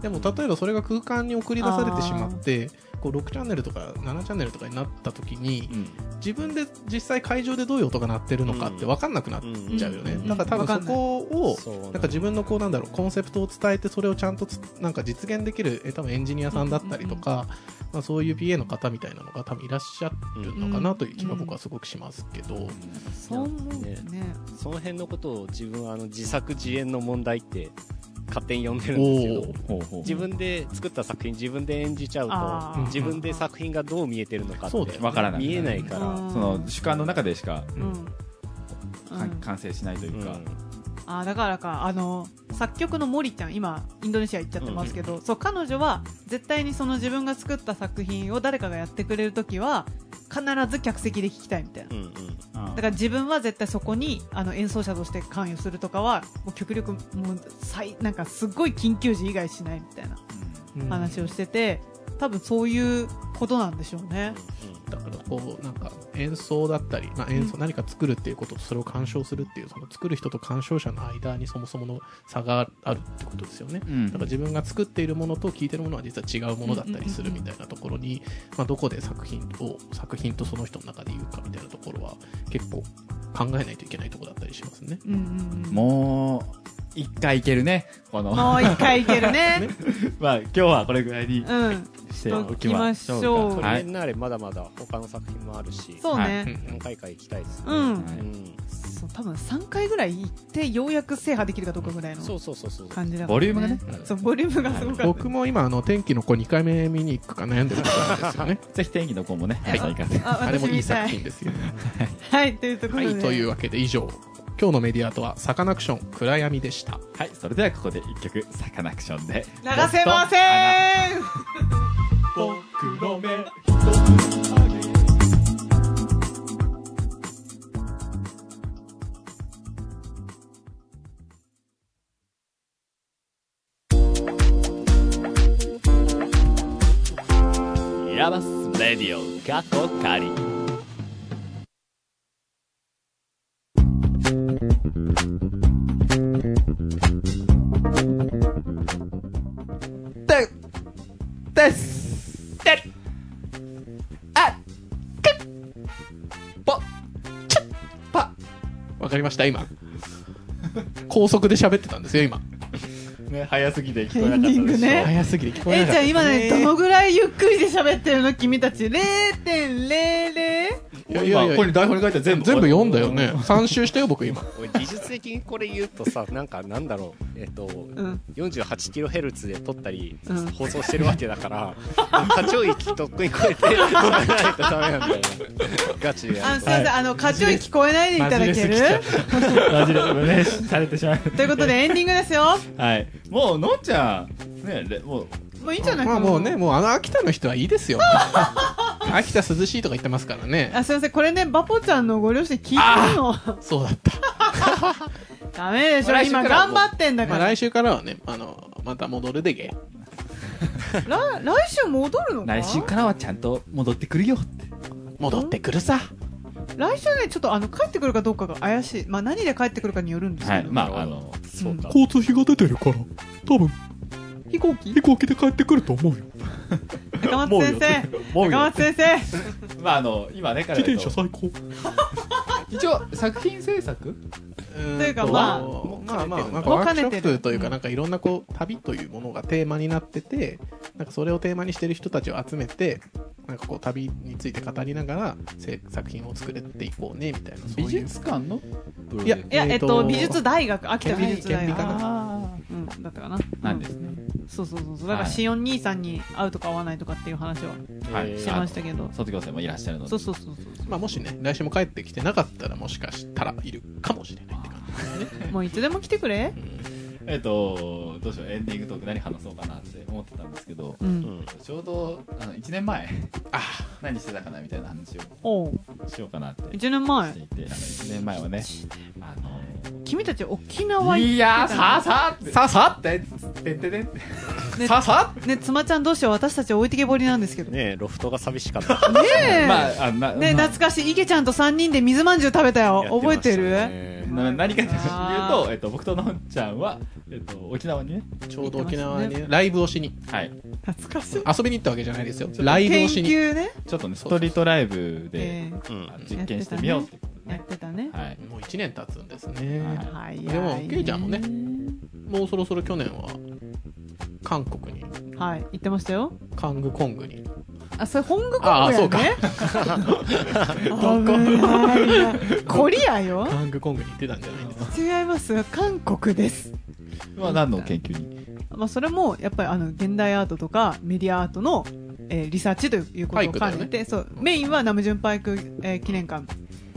Speaker 2: でも例えばそれが空間に送り出されてしまってこう6チャンネルとか7チャンネルとかになった時に
Speaker 1: うん
Speaker 2: 自分で実際会場でどういう音が鳴ってるのかって分かんなくなっちゃうよね、
Speaker 5: うんうん
Speaker 2: だから多分そこを
Speaker 5: そう
Speaker 2: なんか自分のこうなんだろうコンセプトを伝えてそれをちゃんとつなんか実現できるえ多分エンジニアさんだったりとか、まあ、そういう PA の方みたいなのが多分いらっしゃるのかなという気が僕はすごくしますけど、
Speaker 3: そう思うね。
Speaker 5: その辺のことを自分はあの自作自演の問題って勝手に呼んでるんですけど
Speaker 1: ほうほう
Speaker 5: 自分で作った作品自分で演じちゃう
Speaker 3: あ
Speaker 5: と
Speaker 2: ー
Speaker 5: 自分で作品がどう見えてるのかって
Speaker 2: そうだよ
Speaker 1: わからない
Speaker 5: 見えないか
Speaker 3: う
Speaker 5: ら
Speaker 3: ん
Speaker 1: その主観の中でしか
Speaker 3: うん。うん
Speaker 1: か完成しないというか、
Speaker 3: あーだからかあの作曲の森ちゃん今インドネシア行っちゃってますけど、そう彼女は絶対にその自分が作った作品を誰かがやってくれる時は必ず客席で聴きたいみたいな
Speaker 5: うんうんうん
Speaker 1: あ
Speaker 3: だから自分は絶対そこにあの演奏者として関与するとかはもう極力もう最なんかすごい緊急時以外しないみたいな
Speaker 2: うん
Speaker 3: 話をしてて、多分そういうことなんでしょうね。
Speaker 2: だからこうなんか演奏だったり、まあ、演奏
Speaker 3: うん
Speaker 2: 何か作るっていうこととそれを鑑賞するっていうその作る人と鑑賞者の間にそもそもの差があるってことですよね。
Speaker 1: うん
Speaker 2: だから自分が作っているものと聞いてるものは実は違うものだったりするみたいなところに、まあ、どこで作品を作品とその人の中で言うかみたいなところは結構考えないといけないところだったりしますね。
Speaker 3: うんうんうん、
Speaker 1: もう一回いけるねこの
Speaker 3: も
Speaker 1: ま
Speaker 3: う一回いけるね。
Speaker 1: あ今日はこれぐらいに
Speaker 3: うん、
Speaker 1: しておきましょうか
Speaker 3: しときましょう
Speaker 5: トリ
Speaker 1: は
Speaker 5: エ
Speaker 1: い
Speaker 5: ンナーレまだまだ他の作品もあるし
Speaker 3: そうね。
Speaker 1: は
Speaker 2: うん
Speaker 5: 何回か行きたいですね
Speaker 3: うん
Speaker 1: は
Speaker 5: う
Speaker 1: い
Speaker 5: ん
Speaker 3: そう多分3回ぐらい行ってようやく制覇できるかどうかぐらいの
Speaker 5: そうそうそうそう
Speaker 3: 感じだから、
Speaker 1: ボリュームがね
Speaker 3: そうボリュームがすごかっ
Speaker 2: 僕も今あの天気の子2回目見に行くか悩んでるところなんですよね。
Speaker 1: ぜひ天気の子もね、
Speaker 3: はい
Speaker 1: 朝行かせて
Speaker 3: たあ
Speaker 2: あれもいい作
Speaker 3: た
Speaker 2: 品ですよ。
Speaker 3: はいというところ
Speaker 2: は
Speaker 3: で、
Speaker 2: い、というわけで以上今日のメディアとはサカナクション暗闇でした
Speaker 1: はいそれではここで一曲サカナクションで
Speaker 3: 流せません
Speaker 1: 僕の目ヤバスレディオ過去仮でですであくっぽちゅっぱ
Speaker 2: わかりました今高速で喋ってたんですよ今
Speaker 1: ね早すぎて聞
Speaker 3: こえなかったでしょエンディングね
Speaker 2: 早すぎて聞こえ
Speaker 3: え
Speaker 2: ないかっ
Speaker 3: ち
Speaker 2: た
Speaker 3: ゃん今ねどのぐらいゆっくりで喋ってるの君たち 0.00?
Speaker 2: いやいやいや
Speaker 1: ここに台本に書いてある全部
Speaker 2: 全部読んだよね3周したよ僕今
Speaker 5: 俺技術的にこれ言うと さなんかなんだろうえっと
Speaker 3: ん
Speaker 5: 48kHz で撮ったり、
Speaker 3: うん
Speaker 5: 放送してるわけだから過聴域とっくに超えて撮らないとダメなんだよねガチでや
Speaker 3: あの
Speaker 5: る
Speaker 3: すい
Speaker 5: と
Speaker 3: ません、あの課長聞こえないでいただける
Speaker 1: マジでねされてしまう
Speaker 3: ということでエンディングですよ
Speaker 1: はいもうのんちゃんねれもう
Speaker 3: もういいんじゃないか
Speaker 2: ま
Speaker 3: な
Speaker 2: あもうねもうあの秋田の人はいいです よ秋田涼しいとか言ってますからね
Speaker 3: あすいませんこれねバポちゃんのご両親聞いてるの
Speaker 2: そうだった、
Speaker 3: ダメでしょ
Speaker 1: 来週か
Speaker 3: 今
Speaker 1: らは
Speaker 3: 頑
Speaker 1: もう
Speaker 3: 張ってんだ
Speaker 2: ま
Speaker 3: か
Speaker 2: あ、
Speaker 3: ら、
Speaker 2: 来週からはねあのまた戻るでげ
Speaker 3: 来来週戻るのか
Speaker 1: 来週からはちゃんと戻ってくるよって
Speaker 2: 戻ってくるさ
Speaker 3: 来週ねちょっとあの帰ってくるかどうかが怪しいまあ何で帰ってくるかによるんです
Speaker 1: は
Speaker 3: け
Speaker 1: い
Speaker 3: ど、
Speaker 1: まああの
Speaker 3: そうか
Speaker 2: 交通費が出てるから多分
Speaker 3: 飛 行機
Speaker 2: 飛行機で帰ってくると思うよ
Speaker 3: 高松先
Speaker 2: も
Speaker 3: 生
Speaker 2: うよ
Speaker 3: 高松先生
Speaker 1: まああの今ね彼と
Speaker 2: 最高
Speaker 1: 一応作品制作
Speaker 2: とい
Speaker 3: いうかまあ
Speaker 2: まあまあなんか
Speaker 3: もう
Speaker 2: ワー
Speaker 3: 兼
Speaker 2: ク
Speaker 3: ね
Speaker 2: シ
Speaker 3: てる
Speaker 2: ョップというかなんかいろんなこう旅というものがテーマになっててなんかそれをテーマにしてる人たちを集めてなんかこう旅について語りながらせ作品を作れていこうねみたいなそうい
Speaker 1: 美
Speaker 2: う
Speaker 1: 術館の
Speaker 2: いや
Speaker 3: いやえっと美術
Speaker 2: だ
Speaker 3: 大学秋田美術大
Speaker 2: 顕微
Speaker 3: 学
Speaker 2: 鏡か
Speaker 1: あ
Speaker 3: うんだったかな
Speaker 1: あなんですね
Speaker 3: うんそうそうそうそうだから
Speaker 1: はい
Speaker 3: しおん兄さんに会うとか会わないとかっていう話は
Speaker 1: はい
Speaker 3: してましたけど
Speaker 1: 卒業生もいらっしゃるので
Speaker 3: そうそうそうそう
Speaker 2: まあもしね来週も帰ってきてなかったらもしかしたらいるかもしれないって感じ
Speaker 3: もういつでも来てくれ
Speaker 1: えっと、どうしよう、エンディングトーク何話そうかなって思ってたんですけど、
Speaker 3: う。
Speaker 5: うんん
Speaker 1: ちょうどあの1年前、何してたかなみたいな話
Speaker 3: おう
Speaker 1: をしようかなってし
Speaker 3: 一年前
Speaker 1: て。いて、あの1年前はね、あ
Speaker 3: 君たち沖
Speaker 1: の
Speaker 3: 縄行
Speaker 1: いやー、さあさあ
Speaker 2: さあさ
Speaker 1: って、てっててって、
Speaker 3: ね
Speaker 2: さあさ
Speaker 3: ね、妻ちゃんどうしよう私たち置いてけぼりなんですけど。ね
Speaker 5: ねえロフトが寂しかった
Speaker 3: え。
Speaker 1: まあ、あな
Speaker 3: ね、
Speaker 1: まあ
Speaker 3: 懐かしい。池ちゃんと三人で水まんじゅう食べたよ。
Speaker 5: やっま
Speaker 3: 覚え
Speaker 5: した
Speaker 3: てる
Speaker 5: ね
Speaker 1: な何かという
Speaker 3: あ
Speaker 1: と、えっと、僕とのんちゃんは、えっと、沖縄にね、
Speaker 2: ちょうど沖縄にねライブをしに
Speaker 1: はい、
Speaker 3: 懐かしい。
Speaker 2: 遊びに行ったわけじゃないですよライブ
Speaker 3: 研
Speaker 2: をしに
Speaker 3: 究ね。
Speaker 1: ちょっとね、ストリートライブで
Speaker 3: え
Speaker 5: う
Speaker 1: あ
Speaker 5: ん
Speaker 1: の実験してみようってこと
Speaker 3: えや
Speaker 1: ね
Speaker 3: っ。てたね。
Speaker 1: はい。
Speaker 2: もう1年経つんですね、
Speaker 1: はい
Speaker 3: はい。
Speaker 2: でもケイちゃんもねもうそろそろ去年は韓国に
Speaker 3: はい、言ってましたよ。
Speaker 2: カングコングに
Speaker 3: あ、それ本国
Speaker 2: あ
Speaker 3: 語
Speaker 2: あ
Speaker 3: や
Speaker 2: そうか
Speaker 3: ね。 危ないなコリアよ。
Speaker 2: カングコングに行ってたんじゃないんですか
Speaker 3: 違います。韓国です。
Speaker 1: まあ、何の研究に
Speaker 3: まあ、それも、やっぱり、あの、現代アートとか、メディアアートの、えーリサーチということを
Speaker 2: パイ
Speaker 3: 兼
Speaker 2: クだよ
Speaker 3: ね
Speaker 2: ね
Speaker 3: て、そう、メインはナムジュンパイク、えー記念館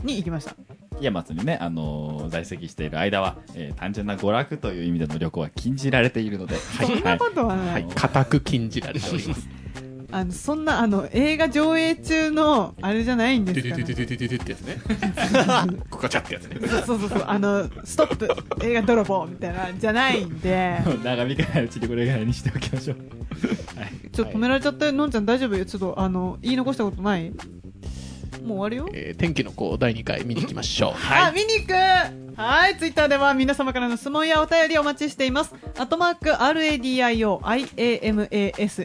Speaker 3: に行きました。
Speaker 1: 山松にね、あのー在籍している間は、えー単純な娯楽という意味での旅行は禁じられている ので、はい
Speaker 3: そんなことはない。
Speaker 1: はい
Speaker 2: 固く禁じられております
Speaker 3: あの、そんな、あの、映画上映中の、あれじゃないん
Speaker 2: ド
Speaker 3: です
Speaker 2: ゥ
Speaker 3: か
Speaker 2: ドゥ
Speaker 3: ら
Speaker 2: ドゥ。ドゥドゥドゥドゥってやつねここちゃってやつね
Speaker 3: そうそうそう、あの、ストップ、映画泥棒みたいな、じゃないんで、
Speaker 1: 長引かないうちにこれぐらいにしておきましょう。
Speaker 3: ちょっと止められちゃって、のんちゃん大丈夫よ。ちょっと、あの、言い残したことないもう終わるよ。
Speaker 2: えー天気の子第2回見に行きましょう
Speaker 3: あ、見に行くはい、ツイッターでは皆様からの質問やお便りお待ちしています。アットマーク、RADIO、IAMAS、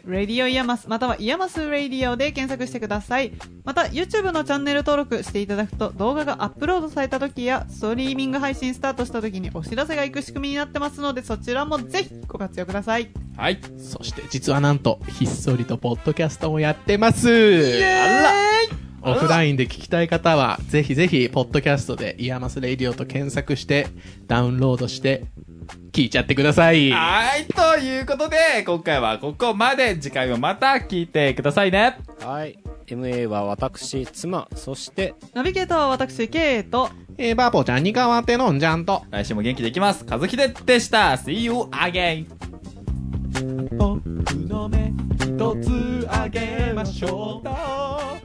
Speaker 3: ラディオイヤマス、またはイヤマスラディオで検索してください。また、YouTube のチャンネル登録していただくと、動画がアップロードされた時や、ストリーミング配信スタートした時にお知らせが行く仕組みになってますので、そちらもぜひご活用ください。
Speaker 1: はい。
Speaker 2: そして実はなんとひっそりとポッドキャストもやってます
Speaker 3: えー
Speaker 2: オフラインで聞きたい方はぜひぜひポッドキャストでイヤマスレイディオと検索してダウンロードして聞いちゃってくださ い
Speaker 1: はい。ということで、今回はここまで。次回もまた聞いてくださいね。
Speaker 5: はい。MA は私、妻、そして、
Speaker 3: ナビゲーターは私、ケイと、
Speaker 2: えー、バーポちゃんに代わってのんちゃんと
Speaker 1: 来週も元気でいきます。和秀でした。See you again!
Speaker 2: 僕の目一つあげましょう